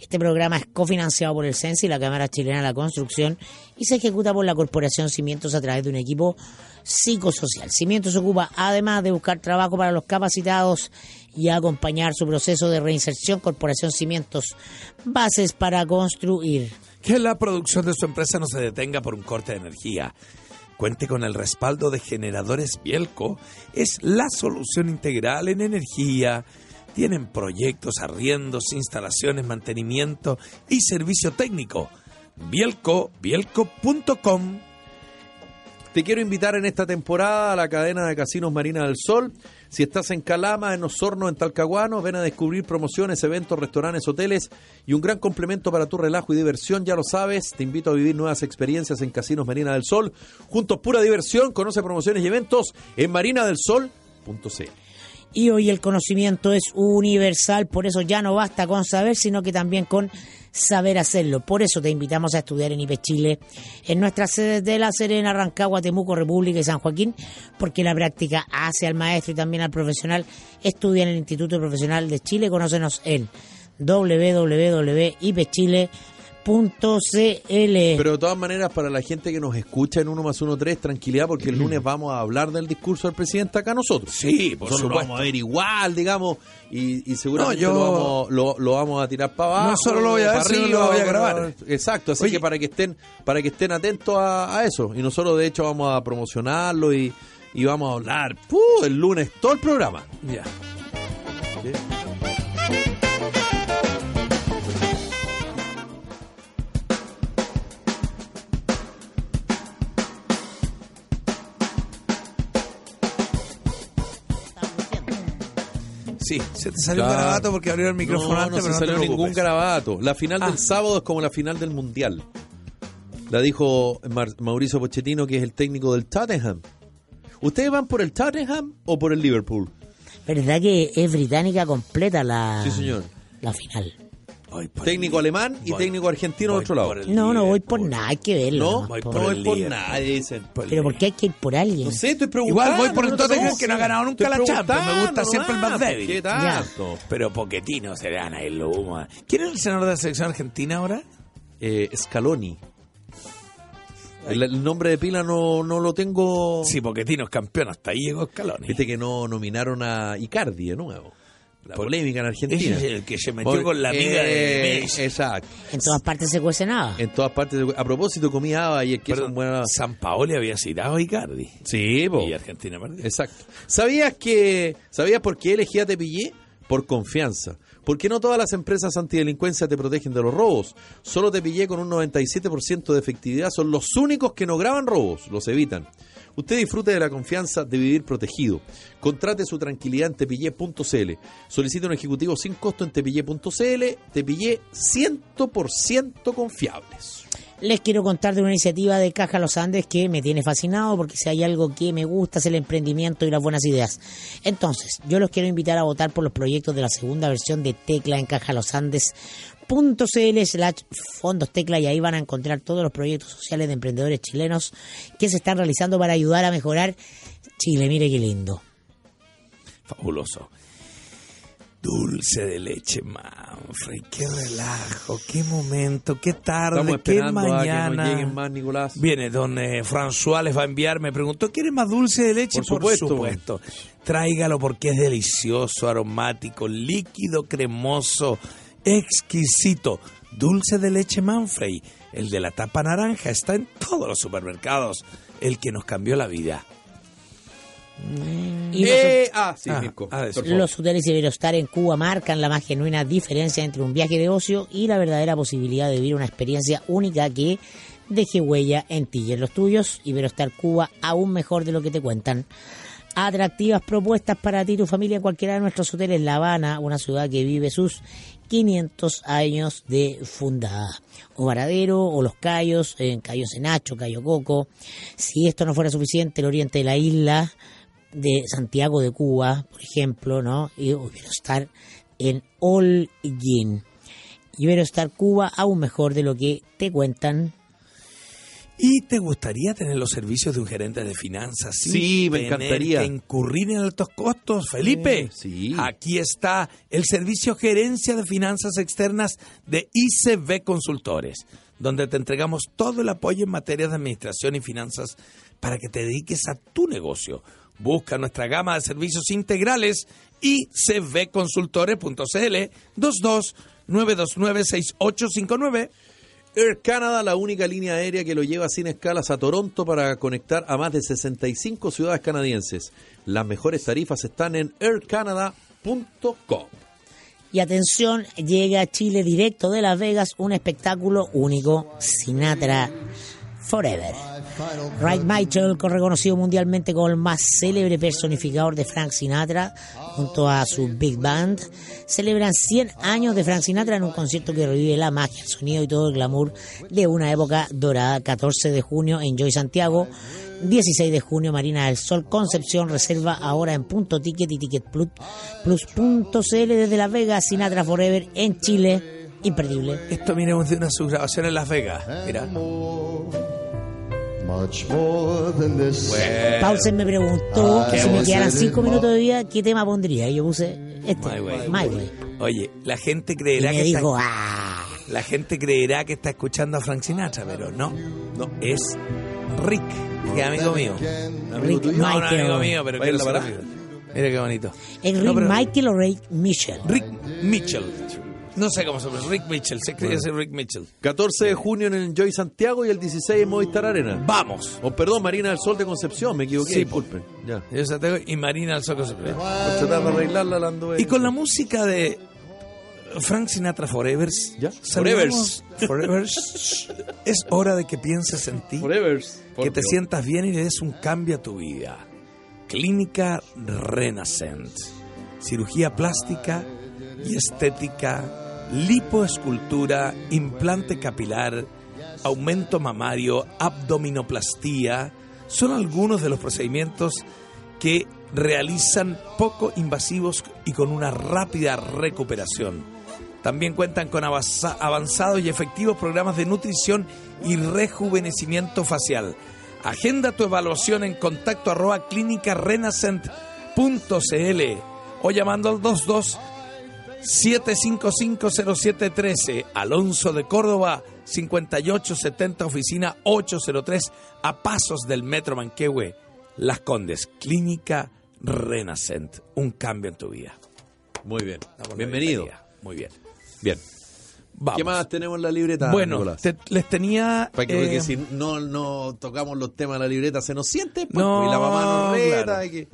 Speaker 3: Este programa es cofinanciado por el CENSI, la Cámara Chilena de la Construcción, y se ejecuta por la Corporación Cimientos a través de un equipo psicosocial. Cimientos se ocupa además de buscar trabajo para los capacitados y acompañar su proceso de reinserción. Corporación Cimientos, bases para construir.
Speaker 1: Que la producción de su empresa no se detenga por un corte de energía. Cuente con el respaldo de Generadores Bielco. Es la solución integral en energía. Tienen proyectos, arriendos, instalaciones, mantenimiento y servicio técnico. Bielco, bielco.com.
Speaker 2: Te quiero invitar en esta temporada a la cadena de casinos Marina del Sol. Si estás en Calama, en Osorno, en Talcahuano, ven a descubrir promociones, eventos, restaurantes, hoteles y un gran complemento para tu relajo y diversión. Ya lo sabes, te invito a vivir nuevas experiencias en Casinos Marina del Sol. Juntos, pura diversión, conoce promociones y eventos en marinadelsol.cl.
Speaker 3: Y hoy el conocimiento es universal, por eso ya no basta con saber, sino que también con saber hacerlo. Por eso te invitamos a estudiar en IPE Chile, en nuestras sedes de La Serena, Rancagua, Temuco, República y San Joaquín, porque la práctica hace al maestro y también al profesional. Estudia en el Instituto Profesional de Chile, conócenos en
Speaker 1: Eh.
Speaker 3: www.ipechile.cl.
Speaker 2: Pero de todas maneras, para la gente que nos escucha en 1 más 1, 3, tranquilidad, porque el lunes vamos a hablar del discurso del presidente acá nosotros.
Speaker 1: Mm. Sí, por
Speaker 2: Nosotros lo
Speaker 1: supuesto.
Speaker 2: vamos a ver igual, digamos, y, y seguramente
Speaker 1: No, yo-
Speaker 2: lo, vamos, lo, lo vamos a tirar para abajo.
Speaker 1: No solo lo voy a
Speaker 2: para
Speaker 1: ver, sino
Speaker 2: arriba,
Speaker 1: lo voy a
Speaker 2: para-
Speaker 1: grabar.
Speaker 2: Exacto, así
Speaker 1: Oye.
Speaker 2: que para que estén para que estén atentos a, a eso. Y nosotros, de hecho, vamos a promocionarlo y, y vamos a hablar ¡puh! el lunes todo el programa.
Speaker 1: Ya. Sí, se te salió
Speaker 2: Ya.
Speaker 1: un garabato porque abrió el micrófono
Speaker 2: no,
Speaker 1: antes,
Speaker 2: no
Speaker 1: pero no
Speaker 2: se
Speaker 1: te
Speaker 2: salió ningún
Speaker 1: preocupes.
Speaker 2: garabato. La final
Speaker 1: Ah.
Speaker 2: del sábado es como la final del mundial. La dijo Mar- Mauricio Pochettino, que es el técnico del Tottenham. ¿Ustedes van por el Tottenham o por el Liverpool?
Speaker 3: ¿Verdad que es británica completa la,
Speaker 2: Sí, señor.
Speaker 3: la final?
Speaker 1: Voy por
Speaker 2: Técnico
Speaker 1: el-
Speaker 2: alemán y
Speaker 1: voy-
Speaker 2: técnico argentino
Speaker 1: voy
Speaker 2: al otro lado.
Speaker 1: por el
Speaker 3: No, no voy por
Speaker 1: Liverpool.
Speaker 3: nada, hay que verlo.
Speaker 2: No,
Speaker 3: nomás,
Speaker 1: voy
Speaker 3: po.
Speaker 1: por
Speaker 2: No
Speaker 1: el
Speaker 2: es por
Speaker 1: Liverpool.
Speaker 2: nadie, dicen.
Speaker 3: Pero ¿por qué hay que ir por alguien?
Speaker 2: No sé, estoy preguntando.
Speaker 1: Igual voy por el
Speaker 2: no
Speaker 1: Tottenham
Speaker 2: sé.
Speaker 1: que no ha ganado nunca
Speaker 2: Estoy
Speaker 1: la Champions. Me gusta
Speaker 2: preguntando
Speaker 1: siempre el más
Speaker 2: nomás,
Speaker 1: débil.
Speaker 2: Ah, ¿Qué tanto?
Speaker 1: Pero Poquetino se gana el humo. ¿Quién es el senador de la selección argentina ahora?
Speaker 2: Eh, Scaloni. El, el nombre de pila no, no lo tengo.
Speaker 1: Sí, Poquetino es campeón. Hasta ahí llegó Scaloni.
Speaker 2: Viste que no nominaron a Icardi de nuevo. La
Speaker 1: Por-
Speaker 2: polémica en Argentina.
Speaker 1: Ese *laughs* es el que se metió
Speaker 2: Por-
Speaker 1: con la amiga de
Speaker 2: Eh,
Speaker 1: Messi.
Speaker 2: Exacto.
Speaker 3: En todas partes se cuece nada.
Speaker 2: En todas partes. A propósito, comí haba y es que
Speaker 1: Perdón,
Speaker 2: son buenas.
Speaker 1: San Paoli había citado a Icardi.
Speaker 2: Sí, po.
Speaker 1: Y Argentina perdió.
Speaker 2: Exacto. ¿Sabías que sabías por qué elegí a Tepillé? Por confianza. Porque no todas las empresas antidelincuencia te protegen de los robos. Solo Tepillé con un 97% de efectividad son los únicos que no graban robos, los evitan. Usted disfrute de la confianza de vivir protegido. Contrate su tranquilidad en tepillé.cl. Solicite un ejecutivo sin costo en tepillé.cl. Tepillé 100% confiables.
Speaker 3: Les quiero contar de una iniciativa de Caja Los Andes que me tiene fascinado porque si hay algo que me gusta es el emprendimiento y las buenas ideas. Entonces, yo los quiero invitar a votar por los proyectos de la segunda versión de Tecla en Caja Los Andes. slash fondos tecla y ahí van a encontrar todos los proyectos sociales de emprendedores chilenos que se están realizando para ayudar a mejorar Chile. Mire qué lindo.
Speaker 1: Fabuloso. Dulce de leche, Manfred. Qué relajo, qué momento, qué tarde,
Speaker 2: Estamos
Speaker 1: qué
Speaker 2: esperando a que
Speaker 1: mañana.
Speaker 2: nos lleguen más, Nicolás.
Speaker 1: Viene don eh, François, les va a enviar, me preguntó, ¿quiere más dulce de leche?
Speaker 2: Por supuesto.
Speaker 1: supuesto. Tráigalo porque es delicioso, aromático, líquido, cremoso, exquisito. Dulce de leche Manfrey, el de la tapa naranja, está en todos los supermercados, el que nos cambió la vida.
Speaker 3: Y los-
Speaker 2: Eh, ah, sí,
Speaker 1: Ah,
Speaker 2: Mirko.
Speaker 1: ah, eso.
Speaker 2: por favor.
Speaker 3: Los hoteles Iberostar en Cuba marcan la más genuina diferencia entre un viaje de ocio y la verdadera posibilidad de vivir una experiencia única que deje huella en ti y en los tuyos. Iberostar Cuba, aún mejor de lo que te cuentan. Atractivas propuestas para ti y tu familia en cualquiera de nuestros hoteles. La Habana, una ciudad que vive sus 500 años de fundada. O Varadero, o Los Cayos, en Cayo Senacho, Cayo Coco. Si esto no fuera suficiente, el oriente de la isla, de Santiago de Cuba, por ejemplo, ¿no? Y Iberostar en Holguín. Iberostar Cuba, aún mejor de lo que te cuentan.
Speaker 1: ¿Y te gustaría tener los servicios de un gerente de finanzas? sin
Speaker 2: Sí, me
Speaker 1: tener
Speaker 2: encantaría.
Speaker 1: que incurrir en altos costos, Felipe.
Speaker 2: Eh, sí.
Speaker 1: Aquí está el servicio Gerencia de Finanzas Externas de ICB Consultores, donde te entregamos todo el apoyo en materia de administración y finanzas para que te dediques a tu negocio. Busca nuestra gama de servicios integrales icbconsultores.cl 22 929 6859.
Speaker 2: Air Canada, la única línea aérea que lo lleva sin escalas a Toronto para conectar a más de 65 ciudades canadienses. Las mejores tarifas están en aircanada.com.
Speaker 3: Y atención, llega a Chile directo de Las Vegas un espectáculo único, Sinatra Forever. Wright Michael, reconocido mundialmente como el más célebre personificador de Frank Sinatra, junto a su Big Band, celebran 100 años de Frank Sinatra en un concierto que revive la magia, el sonido y todo el glamour de una época dorada. 14 de junio en Joy Santiago, 16 de junio Marina del Sol, Concepción, reserva ahora en Punto Ticket y Ticketplus.cl desde Las Vegas, Sinatra Forever en Chile. Imperdible.
Speaker 1: Esto viene de una subgrabación en Las Vegas. Mira.
Speaker 4: Much more than this.
Speaker 3: Paulsen me preguntó
Speaker 4: Ah,
Speaker 3: que si
Speaker 4: qué
Speaker 3: me
Speaker 4: voz
Speaker 3: quedaran
Speaker 4: eres,
Speaker 3: cinco
Speaker 4: ma.
Speaker 3: minutos de vida, ¿qué tema pondría? Y yo puse este,
Speaker 1: My Way.
Speaker 3: My Way.
Speaker 1: Oye, la gente
Speaker 3: Y
Speaker 1: creerá
Speaker 3: me
Speaker 1: que está-
Speaker 3: dijo, ah,
Speaker 1: la gente creerá que está escuchando a Frank Sinatra, pero no, no es Rick, que es amigo mío.
Speaker 3: Rick
Speaker 1: No, no,
Speaker 3: Michael.
Speaker 1: amigo mío, pero
Speaker 2: Baila
Speaker 1: quiero ser
Speaker 2: para.
Speaker 1: amigo. Mira qué bonito.
Speaker 3: ¿Es Rick
Speaker 1: No, pero-
Speaker 3: Michael o Rick Michel?
Speaker 1: Rick Mitchell. No sé cómo se llama, Rick Mitchell, se escribe así, Rick Mitchell.
Speaker 2: 14 de junio en el Joy Santiago y el 16 en Movistar Arena.
Speaker 1: Vamos.
Speaker 2: O perdón, Marina del Sol de Concepción, me equivoqué,
Speaker 1: Sí, po.
Speaker 2: disculpen. Ya.
Speaker 1: Yo Santiago y Marina al Soco Supremo.
Speaker 2: Por tratar de arreglarla la anduve-
Speaker 1: Y con la música de Frank Sinatra Forevers.
Speaker 2: ¿Ya?
Speaker 1: saludamos- Forevers. Es hora de que pienses en ti,
Speaker 2: Forevers.
Speaker 1: que te
Speaker 2: Por-
Speaker 1: sientas bien y le des un cambio a tu vida. Clínica Renacent. Cirugía plástica y estética, lipoescultura, implante capilar, aumento mamario, abdominoplastía, son algunos de los procedimientos que realizan poco invasivos y con una rápida recuperación. También cuentan con avanza- avanzados y efectivos programas de nutrición y rejuvenecimiento facial. Agenda tu evaluación en contacto arroba clínica renacent.cl o llamando al 22 7550713, Alonso de Córdoba, 5870, oficina 803, a pasos del Metro Manquehue, Las Condes, Clínica Renacent. Un cambio en tu vida.
Speaker 2: Muy bien.
Speaker 1: Damos la
Speaker 2: Bienvenido.
Speaker 1: bienvenida. Muy bien.
Speaker 2: Bien.
Speaker 1: Vamos.
Speaker 2: ¿Qué más tenemos en la libreta?
Speaker 1: bueno,
Speaker 2: Nicolás?
Speaker 1: te- les tenía...
Speaker 2: Para
Speaker 1: eh,
Speaker 2: que, porque si no, no tocamos los temas de la libreta, se nos siente. pues,
Speaker 1: No,
Speaker 2: y la mamá nos reta.
Speaker 1: claro.
Speaker 2: y que-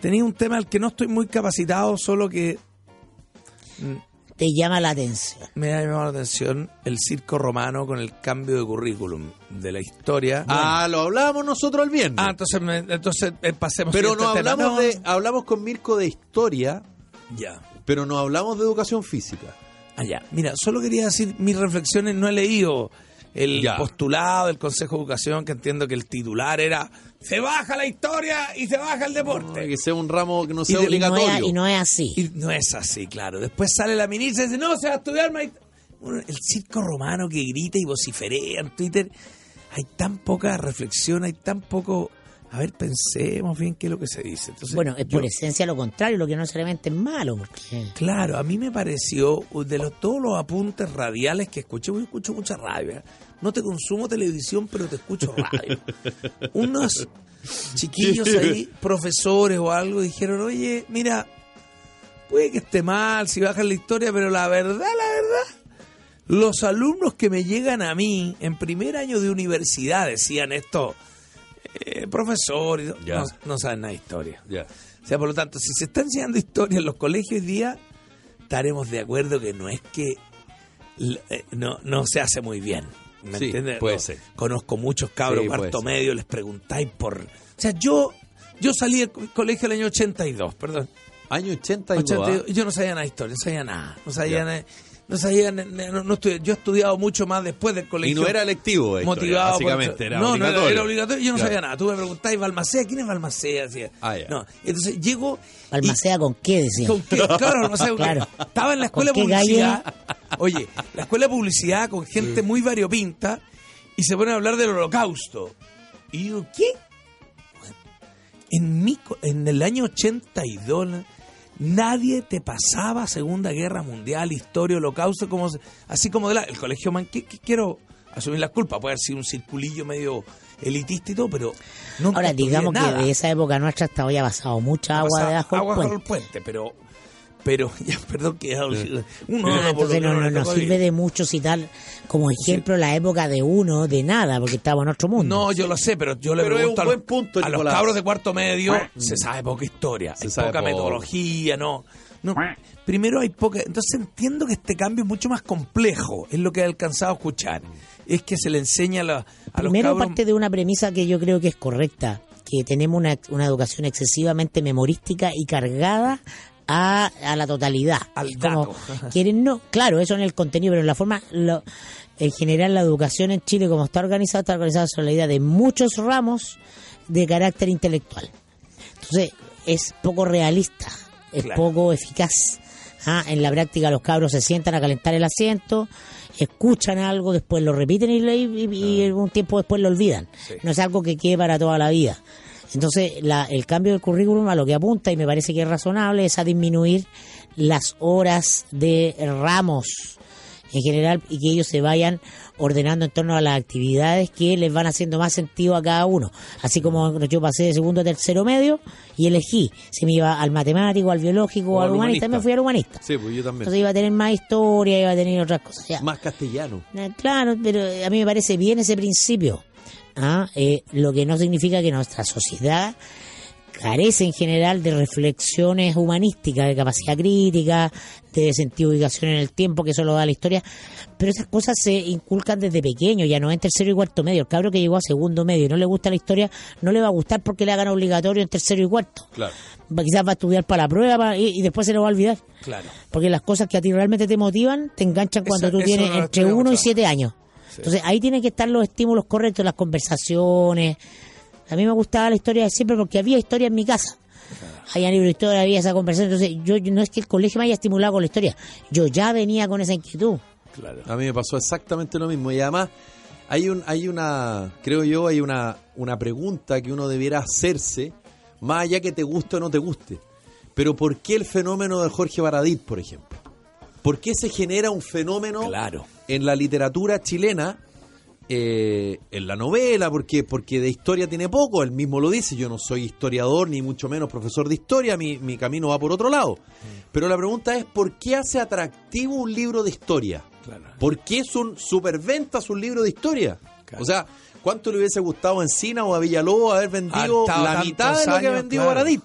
Speaker 1: tenía un tema al que no estoy muy capacitado, solo que
Speaker 3: Te llama la atención.
Speaker 1: me ha llamado la atención el circo romano con el cambio de currículum de la historia.
Speaker 2: Ah, lo hablábamos nosotros el viernes.
Speaker 1: Ah, entonces, me- entonces eh, pasemos
Speaker 2: pero
Speaker 1: siguiente
Speaker 2: no
Speaker 1: tema.
Speaker 2: hablamos
Speaker 1: No,
Speaker 2: de, hablamos con Mirko de historia,
Speaker 1: Ya.
Speaker 2: pero no hablamos de educación física.
Speaker 1: Allá. Mira, solo quería decir mis reflexiones. No he leído el
Speaker 2: Ya.
Speaker 1: postulado del Consejo de Educación, que entiendo que el titular era: se baja la historia y se baja el deporte.
Speaker 2: Que sea un ramo que no sea
Speaker 1: de-
Speaker 3: Y no, es,
Speaker 2: obligatorio.
Speaker 3: y no es así.
Speaker 1: Y no es así, claro. Después sale la ministra y dice, no, se va a estudiar ma- Bueno, El circo romano que grita y vociferea en Twitter. Hay tan poca reflexión, hay tan poco... A ver, pensemos bien qué es lo que se dice. Entonces,
Speaker 3: bueno, es
Speaker 1: yo-
Speaker 3: por esencia lo contrario, lo que no necesariamente es malo. Porque...
Speaker 1: Claro, a mí me pareció, uh, de los, todos los apuntes radiales que escuché, yo escucho mucha radio. ¿eh? No te consumo televisión, pero te escucho radio. Unos chiquillos ahí, profesores o algo, dijeron, oye, mira, puede que esté mal si bajan la historia, pero la verdad, la verdad, los alumnos que me llegan a mí en primer año de universidad decían esto, eh, profesor, y no-
Speaker 2: Ya.
Speaker 1: no, no saben nada de historia.
Speaker 2: Ya.
Speaker 1: O sea, por lo tanto, si se está enseñando historia en los colegios hoy día, estaremos de acuerdo que no es que l- eh, no, no se hace muy bien. ¿Me
Speaker 2: Sí,
Speaker 1: entiendes?
Speaker 2: puede
Speaker 1: No,
Speaker 2: ser.
Speaker 1: Conozco muchos cabros
Speaker 2: Sí, puede
Speaker 1: cuarto
Speaker 2: ser.
Speaker 1: medio, les preguntáis por... O sea, yo, yo salí del co- colegio el año 82, perdón.
Speaker 2: Año 82.
Speaker 1: 82, yo no sabía nada de historia, no sabía nada. No sabía
Speaker 2: Ya.
Speaker 1: nada- No sabía, na- na- no, no estudié. yo he estudiado mucho más después del
Speaker 2: ah.
Speaker 1: colegio
Speaker 2: Y no era electivo, esto,
Speaker 1: motivado
Speaker 2: básicamente.
Speaker 1: por-
Speaker 2: era
Speaker 1: no, no,
Speaker 2: obligatorio.
Speaker 1: era, era obligatorio. Yo no
Speaker 2: Ya.
Speaker 1: sabía nada. Tú me preguntabas, ¿Balmaceda? ¿Quién es Balmaceda? Decía.
Speaker 2: Ah, ya.
Speaker 1: No. Entonces llego. y-
Speaker 3: Balmaceda con qué decía.
Speaker 1: con
Speaker 3: *laughs*
Speaker 1: qué- claro, Balmaceda, con-
Speaker 3: Claro.
Speaker 1: Estaba en la
Speaker 3: ¿Con
Speaker 1: escuela de
Speaker 3: qué
Speaker 1: publicidad. Oye, la escuela de publicidad con gente muy variopinta y se ponen a hablar del holocausto. Y yo, ¿qué? En, mi co- en el año 82 na- nadie te pasaba Segunda Guerra Mundial, historia, holocausto, como, se- así como de la, el colegio Manqué, que quiero asumir las culpas, puede haber sido un circulillo medio elitista y todo, pero nunca
Speaker 3: Ahora,
Speaker 1: estudié
Speaker 3: digamos que
Speaker 1: nada.
Speaker 3: de esa época nuestra hasta hoy ha pasado mucha agua
Speaker 1: Pasa
Speaker 3: debajo del
Speaker 1: agua bajo el
Speaker 3: puente.
Speaker 1: puente, pero Pero, *laughs* ya, perdón que uno
Speaker 3: Ah,
Speaker 1: no,
Speaker 3: entonces no, no,
Speaker 1: este
Speaker 3: no sirve de mucho citar como ejemplo la época de uno, de nada, porque estaba en otro mundo.
Speaker 1: No, yo lo sé, pero yo le
Speaker 2: Pero es
Speaker 1: pregunto
Speaker 2: un
Speaker 1: a los,
Speaker 2: buen punto,
Speaker 1: a los
Speaker 2: Nicolás.
Speaker 1: cabros de cuarto medio, se sabe poca historia,
Speaker 2: Se
Speaker 1: hay
Speaker 2: sabe
Speaker 1: poca
Speaker 2: poco.
Speaker 1: metodología, no. No, primero hay poca, entonces entiendo que este cambio es mucho más complejo, es lo que he alcanzado a escuchar. Es que se le enseña a, la- a los
Speaker 3: Primero
Speaker 1: cabros
Speaker 3: parte de una premisa que yo creo que es correcta, que tenemos una, una educación excesivamente memorística y cargada a, a la totalidad.
Speaker 1: Al
Speaker 3: Es como,
Speaker 1: *laughs* dato.
Speaker 3: quieren no, claro, eso en el contenido, pero en la forma, lo- en general la educación en Chile como está organizada, está organizada sobre la idea de muchos ramos de carácter intelectual. Entonces, es poco realista, es
Speaker 1: Claro.
Speaker 3: poco eficaz. Ah, en la práctica los cabros se sientan a calentar el asiento, escuchan algo, después lo repiten y, le- y- y un tiempo después lo olvidan. No es algo que quede para toda la vida. Entonces, la- el cambio del currículum a lo que apunta, y me parece que es razonable, es a disminuir las horas de ramos en general y que ellos se vayan ordenando en torno a las actividades que les van haciendo más sentido a cada uno. Así como yo pasé de segundo a tercero medio y elegí si me iba al matemático, al
Speaker 2: O
Speaker 3: biológico o al
Speaker 2: al
Speaker 3: humanista,
Speaker 2: humanista.
Speaker 3: me fui al humanista.
Speaker 2: Sí, pues yo también.
Speaker 3: Entonces iba a tener más historia, iba a tener otras cosas. ya.
Speaker 2: Más castellano.
Speaker 3: Eh, Claro, pero a mí me parece bien ese principio. Ah, eh, lo que no significa que nuestra sociedad carece en general de reflexiones humanísticas, de capacidad crítica, de sentido de ubicación en el tiempo, que eso lo da la historia. Pero esas cosas se inculcan desde pequeño, ya no es en tercero y cuarto medio. El cabro que llegó a segundo medio y no le gusta la historia, no le va a gustar porque le hagan obligatorio en tercero y cuarto.
Speaker 2: Claro.
Speaker 3: Va- Quizás va a estudiar para la prueba para- y, y después se lo va a olvidar.
Speaker 1: Claro.
Speaker 3: Porque las cosas que a ti realmente te motivan te enganchan cuando
Speaker 1: Esa-
Speaker 3: tú
Speaker 1: eso
Speaker 3: tienes
Speaker 1: no lo
Speaker 3: entre
Speaker 1: estoy
Speaker 3: 1 y
Speaker 1: escuchando.
Speaker 3: 7 años. Entonces ahí tienen que estar los estímulos correctos, las conversaciones. A mí me gustaba la historia de siempre porque había historia en mi casa. Había libro de historia, había esa conversación. Entonces yo yo- no es que el colegio me haya estimulado con la historia. Yo ya venía con esa inquietud.
Speaker 2: A mí me pasó exactamente lo mismo. Y además, hay, un, hay una, creo yo, hay una, una pregunta que uno debiera hacerse, más allá que te guste o no te guste. Pero ¿por qué el fenómeno de Jorge Baradit, por ejemplo? ¿Por qué se genera un fenómeno
Speaker 1: Claro.
Speaker 2: en la literatura chilena, eh, en la novela? Porque, porque de historia tiene poco, él mismo lo dice, yo no soy historiador ni mucho menos profesor de historia, mi, mi camino va por otro lado.
Speaker 1: Mm.
Speaker 2: Pero la pregunta es, ¿por qué hace atractivo un libro de historia?
Speaker 1: Claro.
Speaker 2: ¿Por qué es un superventa su libro de historia?
Speaker 1: Claro.
Speaker 2: O sea, ¿cuánto le hubiese gustado a Encina o a Villalobos haber vendido
Speaker 1: estado
Speaker 2: la
Speaker 1: tantos
Speaker 2: mitad de lo que
Speaker 1: años,
Speaker 2: vendió
Speaker 1: claro.
Speaker 2: Baradit?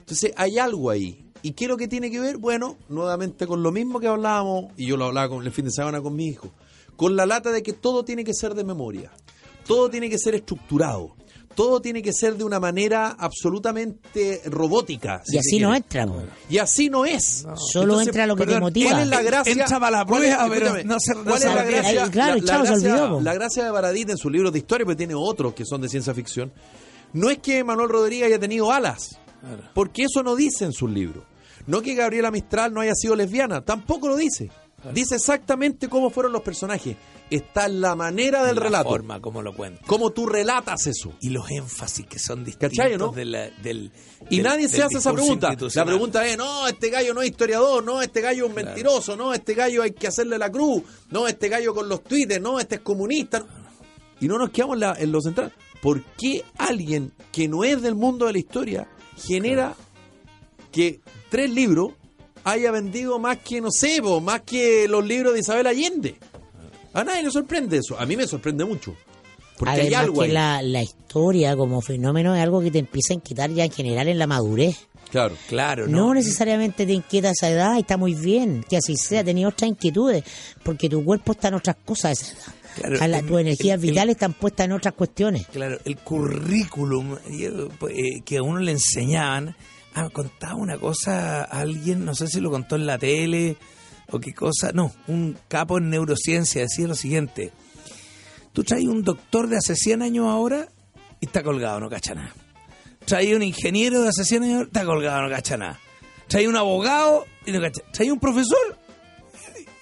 Speaker 2: Entonces, hay algo ahí. ¿Y qué es lo que tiene que ver? Bueno, nuevamente con lo mismo que hablábamos, y yo lo hablaba con, el fin de semana con mi hijo, con la lata de que todo tiene que ser de memoria, todo tiene que ser estructurado, todo tiene que ser de una manera absolutamente robótica. si
Speaker 3: y
Speaker 2: se
Speaker 3: así no
Speaker 2: quiere.
Speaker 3: entra. po.
Speaker 2: Y así no es.
Speaker 3: Solo entra lo que te motiva.
Speaker 2: ¿Cuál es la gracia?
Speaker 1: Entra para la
Speaker 2: cuál es-
Speaker 1: prueba, pero
Speaker 2: escúchame,
Speaker 1: no se- no
Speaker 2: ¿Cuál
Speaker 1: se
Speaker 2: es la
Speaker 1: olvida.
Speaker 2: gracia?
Speaker 3: Ahí, claro,
Speaker 2: la, la
Speaker 3: chao, se
Speaker 2: gracia-
Speaker 3: olvidó, po.
Speaker 2: la gracia de Baradit en sus libros de historia, pero tiene otros que son de ciencia ficción. No es que Manuel Rodríguez haya tenido alas, porque eso no dice en sus libros. No que Gabriela Mistral no haya sido lesbiana, tampoco lo dice. Dice exactamente cómo fueron los personajes. Está en la manera del
Speaker 1: la
Speaker 2: relato.
Speaker 1: forma como lo cuenta.
Speaker 2: Cómo tú relatas eso.
Speaker 1: Y los énfasis que son distintos
Speaker 2: ¿Cachai, no?
Speaker 1: de la- del
Speaker 2: Y
Speaker 1: del-
Speaker 2: nadie
Speaker 1: del
Speaker 2: se hace esa
Speaker 1: discurso
Speaker 2: pregunta. La
Speaker 1: institucional.
Speaker 2: pregunta es, no, este gallo no es historiador, no, este gallo es un mentiroso, no, este gallo hay que hacerle la cruz, no, este gallo con los tweets, no, este es comunista. Y no nos quedamos en, la- en lo central. ¿Por qué alguien que no es del mundo de la historia genera que tres libros haya vendido más que, no sé, po, más que los libros de Isabel Allende? A nadie le sorprende eso. A mí me sorprende mucho. Porque hay
Speaker 3: Además
Speaker 2: algo
Speaker 3: que
Speaker 2: ahí.
Speaker 3: la, la historia como fenómeno es algo que te empiezan a quitar ya en general en la madurez.
Speaker 2: Claro.
Speaker 1: Claro,
Speaker 3: No,
Speaker 1: no.
Speaker 3: necesariamente te inquieta esa edad, y está muy bien, que así
Speaker 1: Mm.
Speaker 3: sea, tenía otras inquietudes, porque tu cuerpo está en otras cosas a esa edad.
Speaker 1: Claro,
Speaker 3: A la-
Speaker 1: el-
Speaker 3: tus energías
Speaker 1: el- el-
Speaker 3: vitales están puestas en otras cuestiones.
Speaker 1: Claro, el currículum eh, pues, eh, que a uno le enseñaban, ah, contaba una cosa a alguien, no sé si lo contó en la tele o qué cosa, no, un capo en neurociencia decía lo siguiente, tú traes un doctor de hace 100 años ahora y está colgado, no cacha nada. Traes un ingeniero de hace 100 años, está colgado, no cacha nada. Traes un abogado y no cacha. Traes un profesor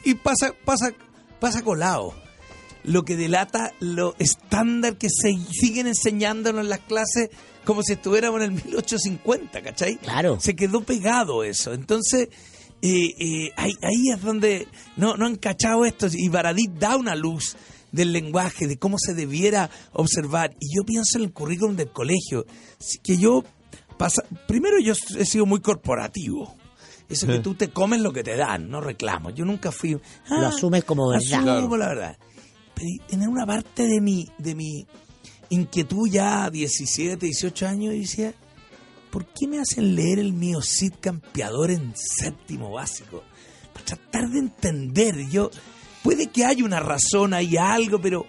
Speaker 1: y pasa, pasa, pasa colado lo que delata lo estándar que se siguen enseñándonos en las clases como si estuviéramos en el 1850, ¿cachai?
Speaker 3: Claro.
Speaker 1: Se quedó pegado eso. Entonces, eh, eh, ahí, ahí es donde no, no han cachado esto. Y Baradit da una luz del lenguaje, de cómo se debiera observar. Y yo pienso en el currículum del colegio, si- que yo... Pasa, primero yo he sido muy corporativo. Eso que tú te comes lo que te dan, no reclamo. Yo nunca fui.
Speaker 3: Eh.
Speaker 1: ah,
Speaker 3: Lo asumes como verdad.
Speaker 1: asumo
Speaker 2: Claro.
Speaker 1: como la verdad. Pero en una parte de mi, de mi inquietud ya, 17, 18 años, yo decía, ¿por qué me hacen leer el mío Cid Campeador en séptimo básico? Para tratar de entender. Yo, puede que haya una razón, hay algo, pero.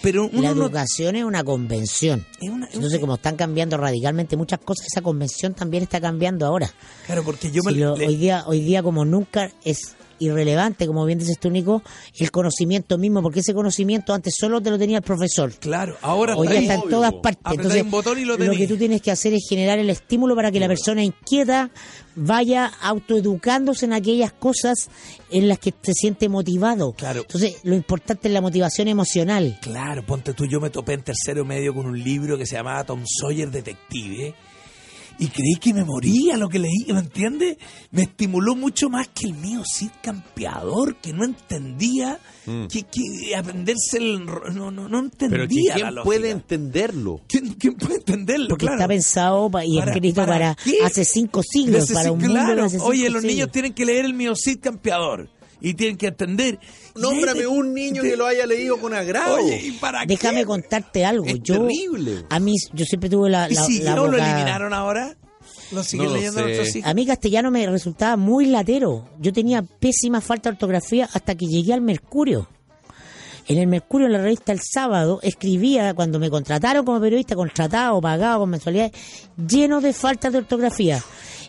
Speaker 1: Pero uno
Speaker 3: La
Speaker 1: no-
Speaker 3: educación es una convención.
Speaker 1: es una- es una-
Speaker 3: Entonces, como están cambiando radicalmente muchas cosas, esa convención también está cambiando ahora.
Speaker 1: Claro, porque yo me
Speaker 3: Si lo-
Speaker 1: le-
Speaker 3: hoy día hoy día como nunca es irrelevante como bien dices tú Nico el conocimiento mismo porque ese conocimiento antes solo te lo tenía el profesor
Speaker 1: Claro, ahora
Speaker 3: hoy día
Speaker 1: ahí.
Speaker 3: está en
Speaker 2: obvio,
Speaker 3: todas
Speaker 2: po.
Speaker 3: partes
Speaker 1: Apretáis
Speaker 3: entonces
Speaker 1: un botón y lo
Speaker 3: lo
Speaker 1: tenéis.
Speaker 3: que tú tienes que hacer es generar el estímulo para que la persona inquieta vaya autoeducándose en aquellas cosas en las que se siente motivado
Speaker 1: Claro.
Speaker 3: entonces lo importante es la motivación emocional
Speaker 1: Claro, ponte tú, yo me topé en tercero medio con un libro que se llamaba Tom Sawyer Detective y creí que me moría lo que leí, ¿me entiendes? Me estimuló mucho más que el mío Cid Campeador, que no entendía, que, que aprenderse el... ro- No, no, no entendía
Speaker 2: Pero que ¿quién
Speaker 1: la lógica.
Speaker 2: puede entenderlo?
Speaker 1: ¿Quién, quién puede entenderlo?
Speaker 3: porque
Speaker 1: Claro.
Speaker 3: está pensado pa- y
Speaker 1: Para-
Speaker 3: escrito
Speaker 1: ¿para
Speaker 3: para,
Speaker 1: qué?
Speaker 3: hace cinco siglos
Speaker 1: Necesi-
Speaker 3: para un mundo de
Speaker 1: claro,
Speaker 3: hace cinco
Speaker 1: oye, los
Speaker 3: siglos.
Speaker 1: niños tienen que leer el mío Cid Campeador y tienen que entender... Y ahí
Speaker 2: Nómbrame
Speaker 1: te-
Speaker 2: un niño
Speaker 1: te-
Speaker 2: que lo haya leído con agrado.
Speaker 1: Oye, ¿y para qué?
Speaker 3: Déjame contarte algo.
Speaker 2: Es
Speaker 3: yo,
Speaker 2: terrible.
Speaker 3: A mí, yo siempre tuve la.
Speaker 1: ¿Y
Speaker 3: la-
Speaker 1: si
Speaker 3: la
Speaker 1: no lo
Speaker 3: boca-
Speaker 1: eliminaron ahora? ¿Lo siguen
Speaker 2: No lo
Speaker 1: leyendo
Speaker 2: sé.
Speaker 1: nuestros hijos?
Speaker 3: A mí castellano me resultaba muy latero. Yo tenía pésima falta de ortografía hasta que llegué al Mercurio. En el Mercurio, en la revista El Sábado, escribía cuando me contrataron como periodista, contratado, pagado con mensualidades, lleno de faltas de ortografía.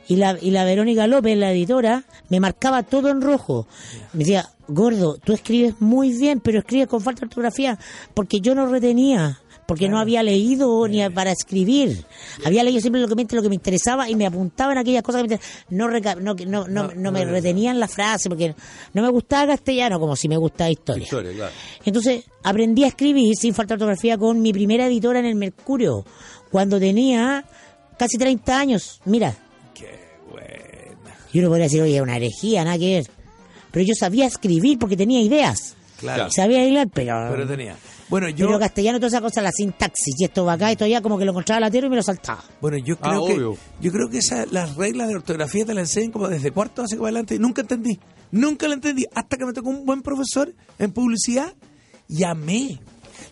Speaker 3: Y la, y la Verónica López, la editora, me marcaba todo en rojo. Me decía, gordo, tú escribes muy bien, pero escribes con falta de ortografía, porque yo no retenía, porque no había leído ni a- para escribir. Había leído siempre lo que, me- lo que me interesaba y me apuntaba en aquellas cosas que me interesaban. No, reca- no, no, no- no me retenían la frase, porque no me gustaba castellano como si me gustaba historia.
Speaker 2: Historia, claro.
Speaker 3: Entonces aprendí a escribir sin falta de ortografía con mi primera editora en el Mercurio, cuando tenía casi 30 años. Mira,
Speaker 1: Qué buena.
Speaker 3: yo no podría decir, oye, una herejía, nada que ver. Pero yo sabía escribir porque tenía ideas.
Speaker 1: Claro.
Speaker 3: Sabía bailar, pero...
Speaker 1: Pero tenía. Bueno, yo,
Speaker 3: Pero castellano, todas esas cosas, la sintaxis, y esto va acá, esto allá, como que lo encontraba latero y me lo saltaba.
Speaker 1: bueno, yo
Speaker 2: Ah,
Speaker 1: creo
Speaker 2: obvio.
Speaker 1: que yo creo que esa- las reglas de ortografía te las enseñan como desde cuarto básico para adelante. y Nunca entendí. Nunca la entendí. Hasta que me tocó un buen profesor en publicidad y amé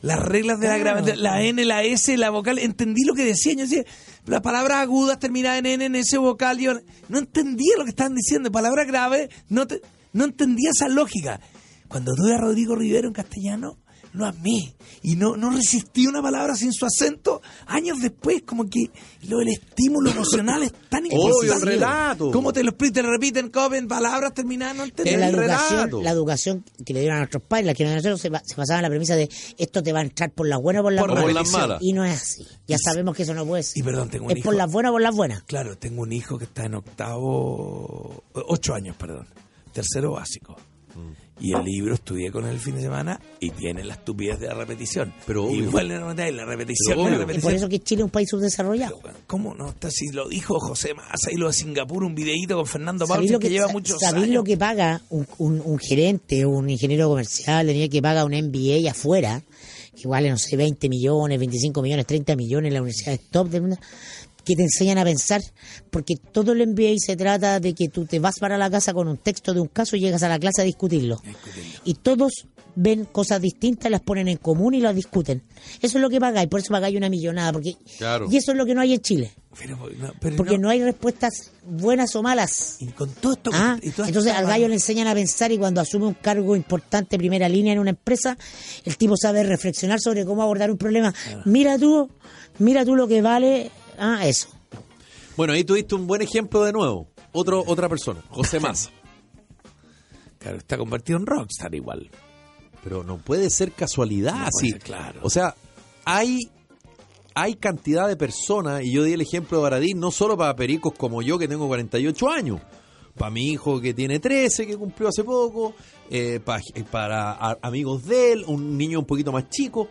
Speaker 1: las reglas de la gra- de la N, la S, la vocal. Entendí lo que decían. Yo decía, las palabras agudas terminadas en N, en S vocal. Yo no entendía lo que estaban diciendo. Palabras graves, no, te- no entendía esa lógica. Cuando tuve a Rodrigo Rivero en castellano, lo amé. Y no, no resistí una palabra sin su acento años después. Como que lo del estímulo emocional es tan
Speaker 2: *laughs* Obvio, el
Speaker 1: importante.
Speaker 2: relato.
Speaker 1: ¿Cómo te lo explico? Te lo repiten, copian palabras terminadas, no entendí.
Speaker 3: Pero la
Speaker 2: El
Speaker 3: educación,
Speaker 2: relato.
Speaker 3: la educación que le dieron a nuestros padres, la que nos dieron a nosotros, se, ba- se basaba en la premisa de esto te va a entrar por las buenas o por las
Speaker 2: Por
Speaker 3: malas.
Speaker 2: las malas.
Speaker 3: Y no es así. Ya sabemos que eso no puede ser.
Speaker 1: Y perdón, tengo un
Speaker 3: es
Speaker 1: hijo.
Speaker 3: por las buenas o por las buenas.
Speaker 1: Claro, tengo un hijo que está en octavo, ocho años, perdón, tercero básico.
Speaker 2: Mm.
Speaker 1: Y el libro estudié con él el fin de semana y tiene la estupidez de la repetición.
Speaker 2: Pero obvio.
Speaker 1: Igual la repetición, la repetición,
Speaker 2: Pero
Speaker 1: la
Speaker 2: obvio.
Speaker 3: Es por
Speaker 1: repetición.
Speaker 3: eso que Chile es un país subdesarrollado.
Speaker 1: ¿Cómo no? Está- Si lo dijo José Massa y lo de Singapur, un videíto con Fernando
Speaker 3: ¿Sabéis
Speaker 1: Pablo
Speaker 3: lo
Speaker 1: que,
Speaker 3: que,
Speaker 1: lleva
Speaker 3: sa-
Speaker 1: muchos
Speaker 3: sabéis
Speaker 1: años.
Speaker 3: lo que paga un, un, un gerente o un ingeniero comercial, tenía que paga un MBA afuera, que vale, no sé, 20 millones, 25 millones, 30 millones en la universidad de top del mundo, que te enseñan a pensar, porque todo el MBA se trata de que tú te vas para la casa con un texto de un caso y llegas a la clase a discutirlo. Y todos ven cosas distintas, las ponen en común y las discuten. Eso es lo que pagáis, por eso pagáis una millonada, porque
Speaker 2: Claro.
Speaker 3: y eso es lo que no hay en Chile,
Speaker 1: Pero, no, pero
Speaker 3: porque
Speaker 1: no.
Speaker 3: no hay respuestas buenas o malas.
Speaker 1: Y con todo esto...
Speaker 3: Ah,
Speaker 1: y todas
Speaker 3: entonces
Speaker 1: estas
Speaker 3: al gallo le enseñan a pensar y cuando asume un cargo importante, primera línea en una empresa, el tipo sabe reflexionar sobre cómo abordar un problema.
Speaker 1: Ah.
Speaker 3: Mira tú, mira tú lo que vale ah, eso.
Speaker 2: Bueno, ahí tuviste un buen ejemplo de nuevo. Otro, otra persona, José *laughs* Massa.
Speaker 1: Claro, está convertido en rockstar igual.
Speaker 2: Pero no puede ser casualidad
Speaker 1: No puede
Speaker 2: así.
Speaker 1: ser, claro.
Speaker 2: O sea, hay, hay cantidad de personas, y yo di el ejemplo de Baradín, no solo para pericos como yo, que tengo 48 años, para mi hijo que tiene 13, que cumplió hace poco, eh, pa- eh, para a- amigos de él, un niño un poquito más chico.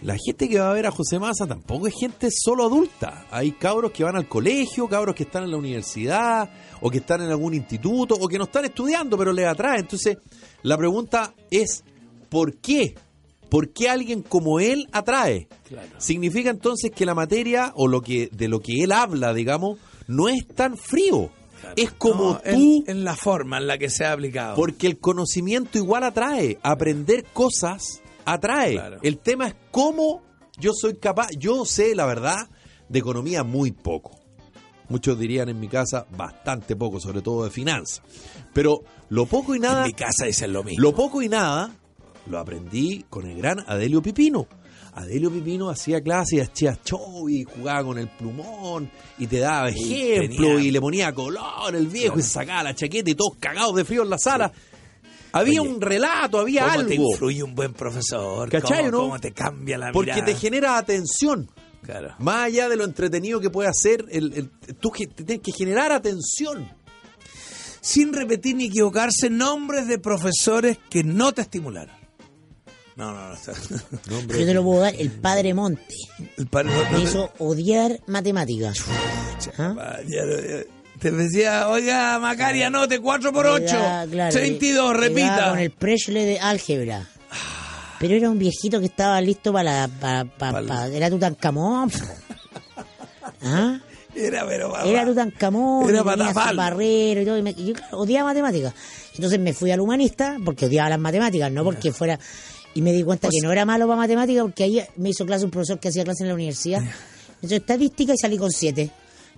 Speaker 2: La gente que va a ver a José Massa tampoco es gente solo adulta. Hay cabros que van al colegio, cabros que están en la universidad, o que están en algún instituto, o que no están estudiando, pero les atrae. Entonces, la pregunta es, ¿por qué? ¿Por qué alguien como él atrae? Significa entonces que la materia o lo que de lo que él habla, digamos, no es tan frío. Es como
Speaker 1: No, en-
Speaker 2: tú,
Speaker 1: En, la forma en la que se ha aplicado.
Speaker 2: porque el conocimiento igual atrae. Aprender cosas atrae.
Speaker 1: Claro.
Speaker 2: El tema es cómo yo soy capaz. Yo sé, la verdad, de economía muy poco. Muchos dirían en mi casa bastante poco, sobre todo de finanzas. Pero lo poco y
Speaker 1: en
Speaker 2: nada
Speaker 1: mi casa dicen lo mismo.
Speaker 2: Lo poco y nada lo aprendí con el gran Adelio Pipino. Adelio Pipino hacía clases, y hacía show y jugaba con el plumón y te daba ejemplo
Speaker 1: tenía-
Speaker 2: y le ponía color el viejo y se sacaba la chaqueta y todos cagados de frío en la sala. Había
Speaker 1: Oye,
Speaker 2: un relato, había
Speaker 1: ¿Cómo te
Speaker 2: algo.
Speaker 1: influye un buen profesor?
Speaker 2: ¿Cachai,
Speaker 1: ¿Cómo,
Speaker 2: no?
Speaker 1: cómo te cambia la
Speaker 2: Porque
Speaker 1: mirada?
Speaker 2: te genera atención.
Speaker 1: Claro.
Speaker 2: Más allá de lo entretenido que puede hacer, el, el- tú que- te tienes que generar atención.
Speaker 1: Sin repetir ni equivocarse, nombres de profesores que no te estimularon. No, no, no. está-
Speaker 3: Yo te lo puedo dar, el padre Monte.
Speaker 1: *laughs* El padre no- no
Speaker 3: Me
Speaker 1: te-
Speaker 3: hizo odiar matemáticas. ¿Ah?
Speaker 1: Ah, ya, ya. Te decía, oiga, Macaria, note 4 por 8.
Speaker 3: Llegaba, claro,
Speaker 1: 32,
Speaker 3: llegaba
Speaker 1: repita.
Speaker 3: Con el Presley de álgebra. Pero era un viejito que estaba listo para la. pa- pa-
Speaker 1: Pa'l-
Speaker 3: pa-
Speaker 1: *laughs*
Speaker 3: era Tutankamón. po. ¿Ah?
Speaker 1: Era, pero va,
Speaker 3: Era
Speaker 1: va.
Speaker 3: Tutankamón,
Speaker 1: Era
Speaker 3: y tenía
Speaker 1: para
Speaker 3: su barrero y todo. y me- yo claro, odiaba matemáticas. Entonces me fui al humanista porque odiaba las matemáticas, no porque fuera. Y me di cuenta que no era malo para matemáticas porque ahí me hizo clase un profesor que hacía clase en la universidad. Me hizo estadística y salí con siete.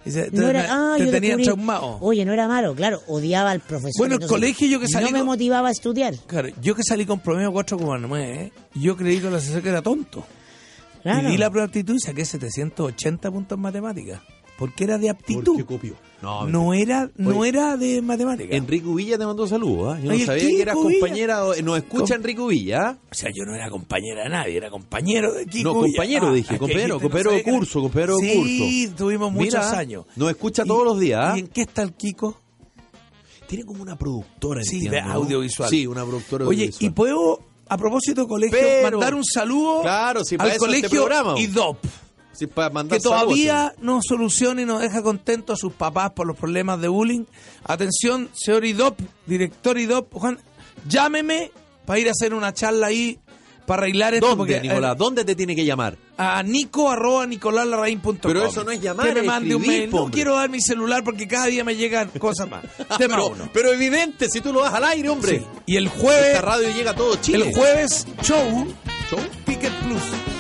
Speaker 1: Dice, te-
Speaker 3: No era,
Speaker 1: me-
Speaker 3: ah,
Speaker 1: te
Speaker 3: yo
Speaker 1: tenían
Speaker 3: descubrí-
Speaker 1: traumado.
Speaker 3: Oye, no era malo, claro, odiaba al profesor.
Speaker 1: Bueno, el
Speaker 3: entonces
Speaker 1: colegio yo que salí
Speaker 3: No me
Speaker 1: con-
Speaker 3: motivaba a estudiar.
Speaker 1: Claro, yo que salí con promedio 4,9, ¿eh? yo creí que el asesor que era tonto.
Speaker 3: Claro.
Speaker 1: Y di la prueba de aptitud y saqué 780 puntos en matemáticas. Porque era de aptitud.
Speaker 2: Porque copió. No,
Speaker 1: No era, no
Speaker 2: Oye.
Speaker 1: era de matemáticas.
Speaker 2: Enrique Villa te mandó saludos. ¿ah? Yo no
Speaker 1: Oye,
Speaker 2: sabía
Speaker 1: ¿qué,
Speaker 2: que eras
Speaker 1: Cubilla?
Speaker 2: compañera. o- eh, Nos escucha
Speaker 1: Com-
Speaker 2: Enrique Villa. ¿ah?
Speaker 1: O sea, yo no era compañera de nadie, era compañero de Kiko.
Speaker 2: No,
Speaker 1: Villa.
Speaker 2: compañero,
Speaker 1: es
Speaker 2: dije,
Speaker 1: que
Speaker 2: compañero,
Speaker 1: dijiste,
Speaker 2: compañero de
Speaker 1: sabía que era-
Speaker 2: curso, compañero de
Speaker 1: Sí,
Speaker 2: curso.
Speaker 1: tuvimos muchos
Speaker 2: Mira,
Speaker 1: años.
Speaker 2: nos escucha
Speaker 1: Y-
Speaker 2: todos los días, ¿ah?
Speaker 1: ¿Y en qué está el Kiko?
Speaker 2: Tiene como una productora,
Speaker 1: Sí,
Speaker 2: entiendo,
Speaker 1: de
Speaker 2: ¿no?
Speaker 1: audiovisual.
Speaker 2: Sí, una productora
Speaker 1: Oye,
Speaker 2: audiovisual.
Speaker 1: y puedo, a propósito de colegio,
Speaker 2: Pero-
Speaker 1: mandar un saludo
Speaker 2: Claro, sí, para
Speaker 1: al
Speaker 2: eso este
Speaker 1: colegio
Speaker 2: programa, vos.
Speaker 1: IDOP,
Speaker 2: Sí, para mandar
Speaker 1: que todavía no soluciona y nos deja contentos a sus papás por los problemas de bullying. Atención, señor IDOP, director IDOP, Juan, llámeme para ir a hacer una charla ahí para arreglar esto.
Speaker 2: saludos. ¿Dónde,
Speaker 1: porque, eh,
Speaker 2: Nicolás? ¿Dónde te tiene
Speaker 1: *laughs*
Speaker 2: que llamar? *laughs*
Speaker 1: a nico arroba nicolallarraín.com.
Speaker 2: Pero eso no es llamar,
Speaker 1: Que me
Speaker 2: es
Speaker 1: mande un
Speaker 2: escribir,
Speaker 1: mail.
Speaker 2: po,
Speaker 1: No
Speaker 2: hombre.
Speaker 1: quiero dar mi celular porque cada día me
Speaker 2: *laughs*
Speaker 1: llegan cosas más. Tema
Speaker 2: pero,
Speaker 1: uno.
Speaker 2: pero evidente, si tú lo das al aire, hombre.
Speaker 1: Sí. Y el
Speaker 2: Esta
Speaker 1: jueves,
Speaker 2: radio llega a todo Chile.
Speaker 1: el jueves show,
Speaker 2: Show.
Speaker 1: Ticket Plus.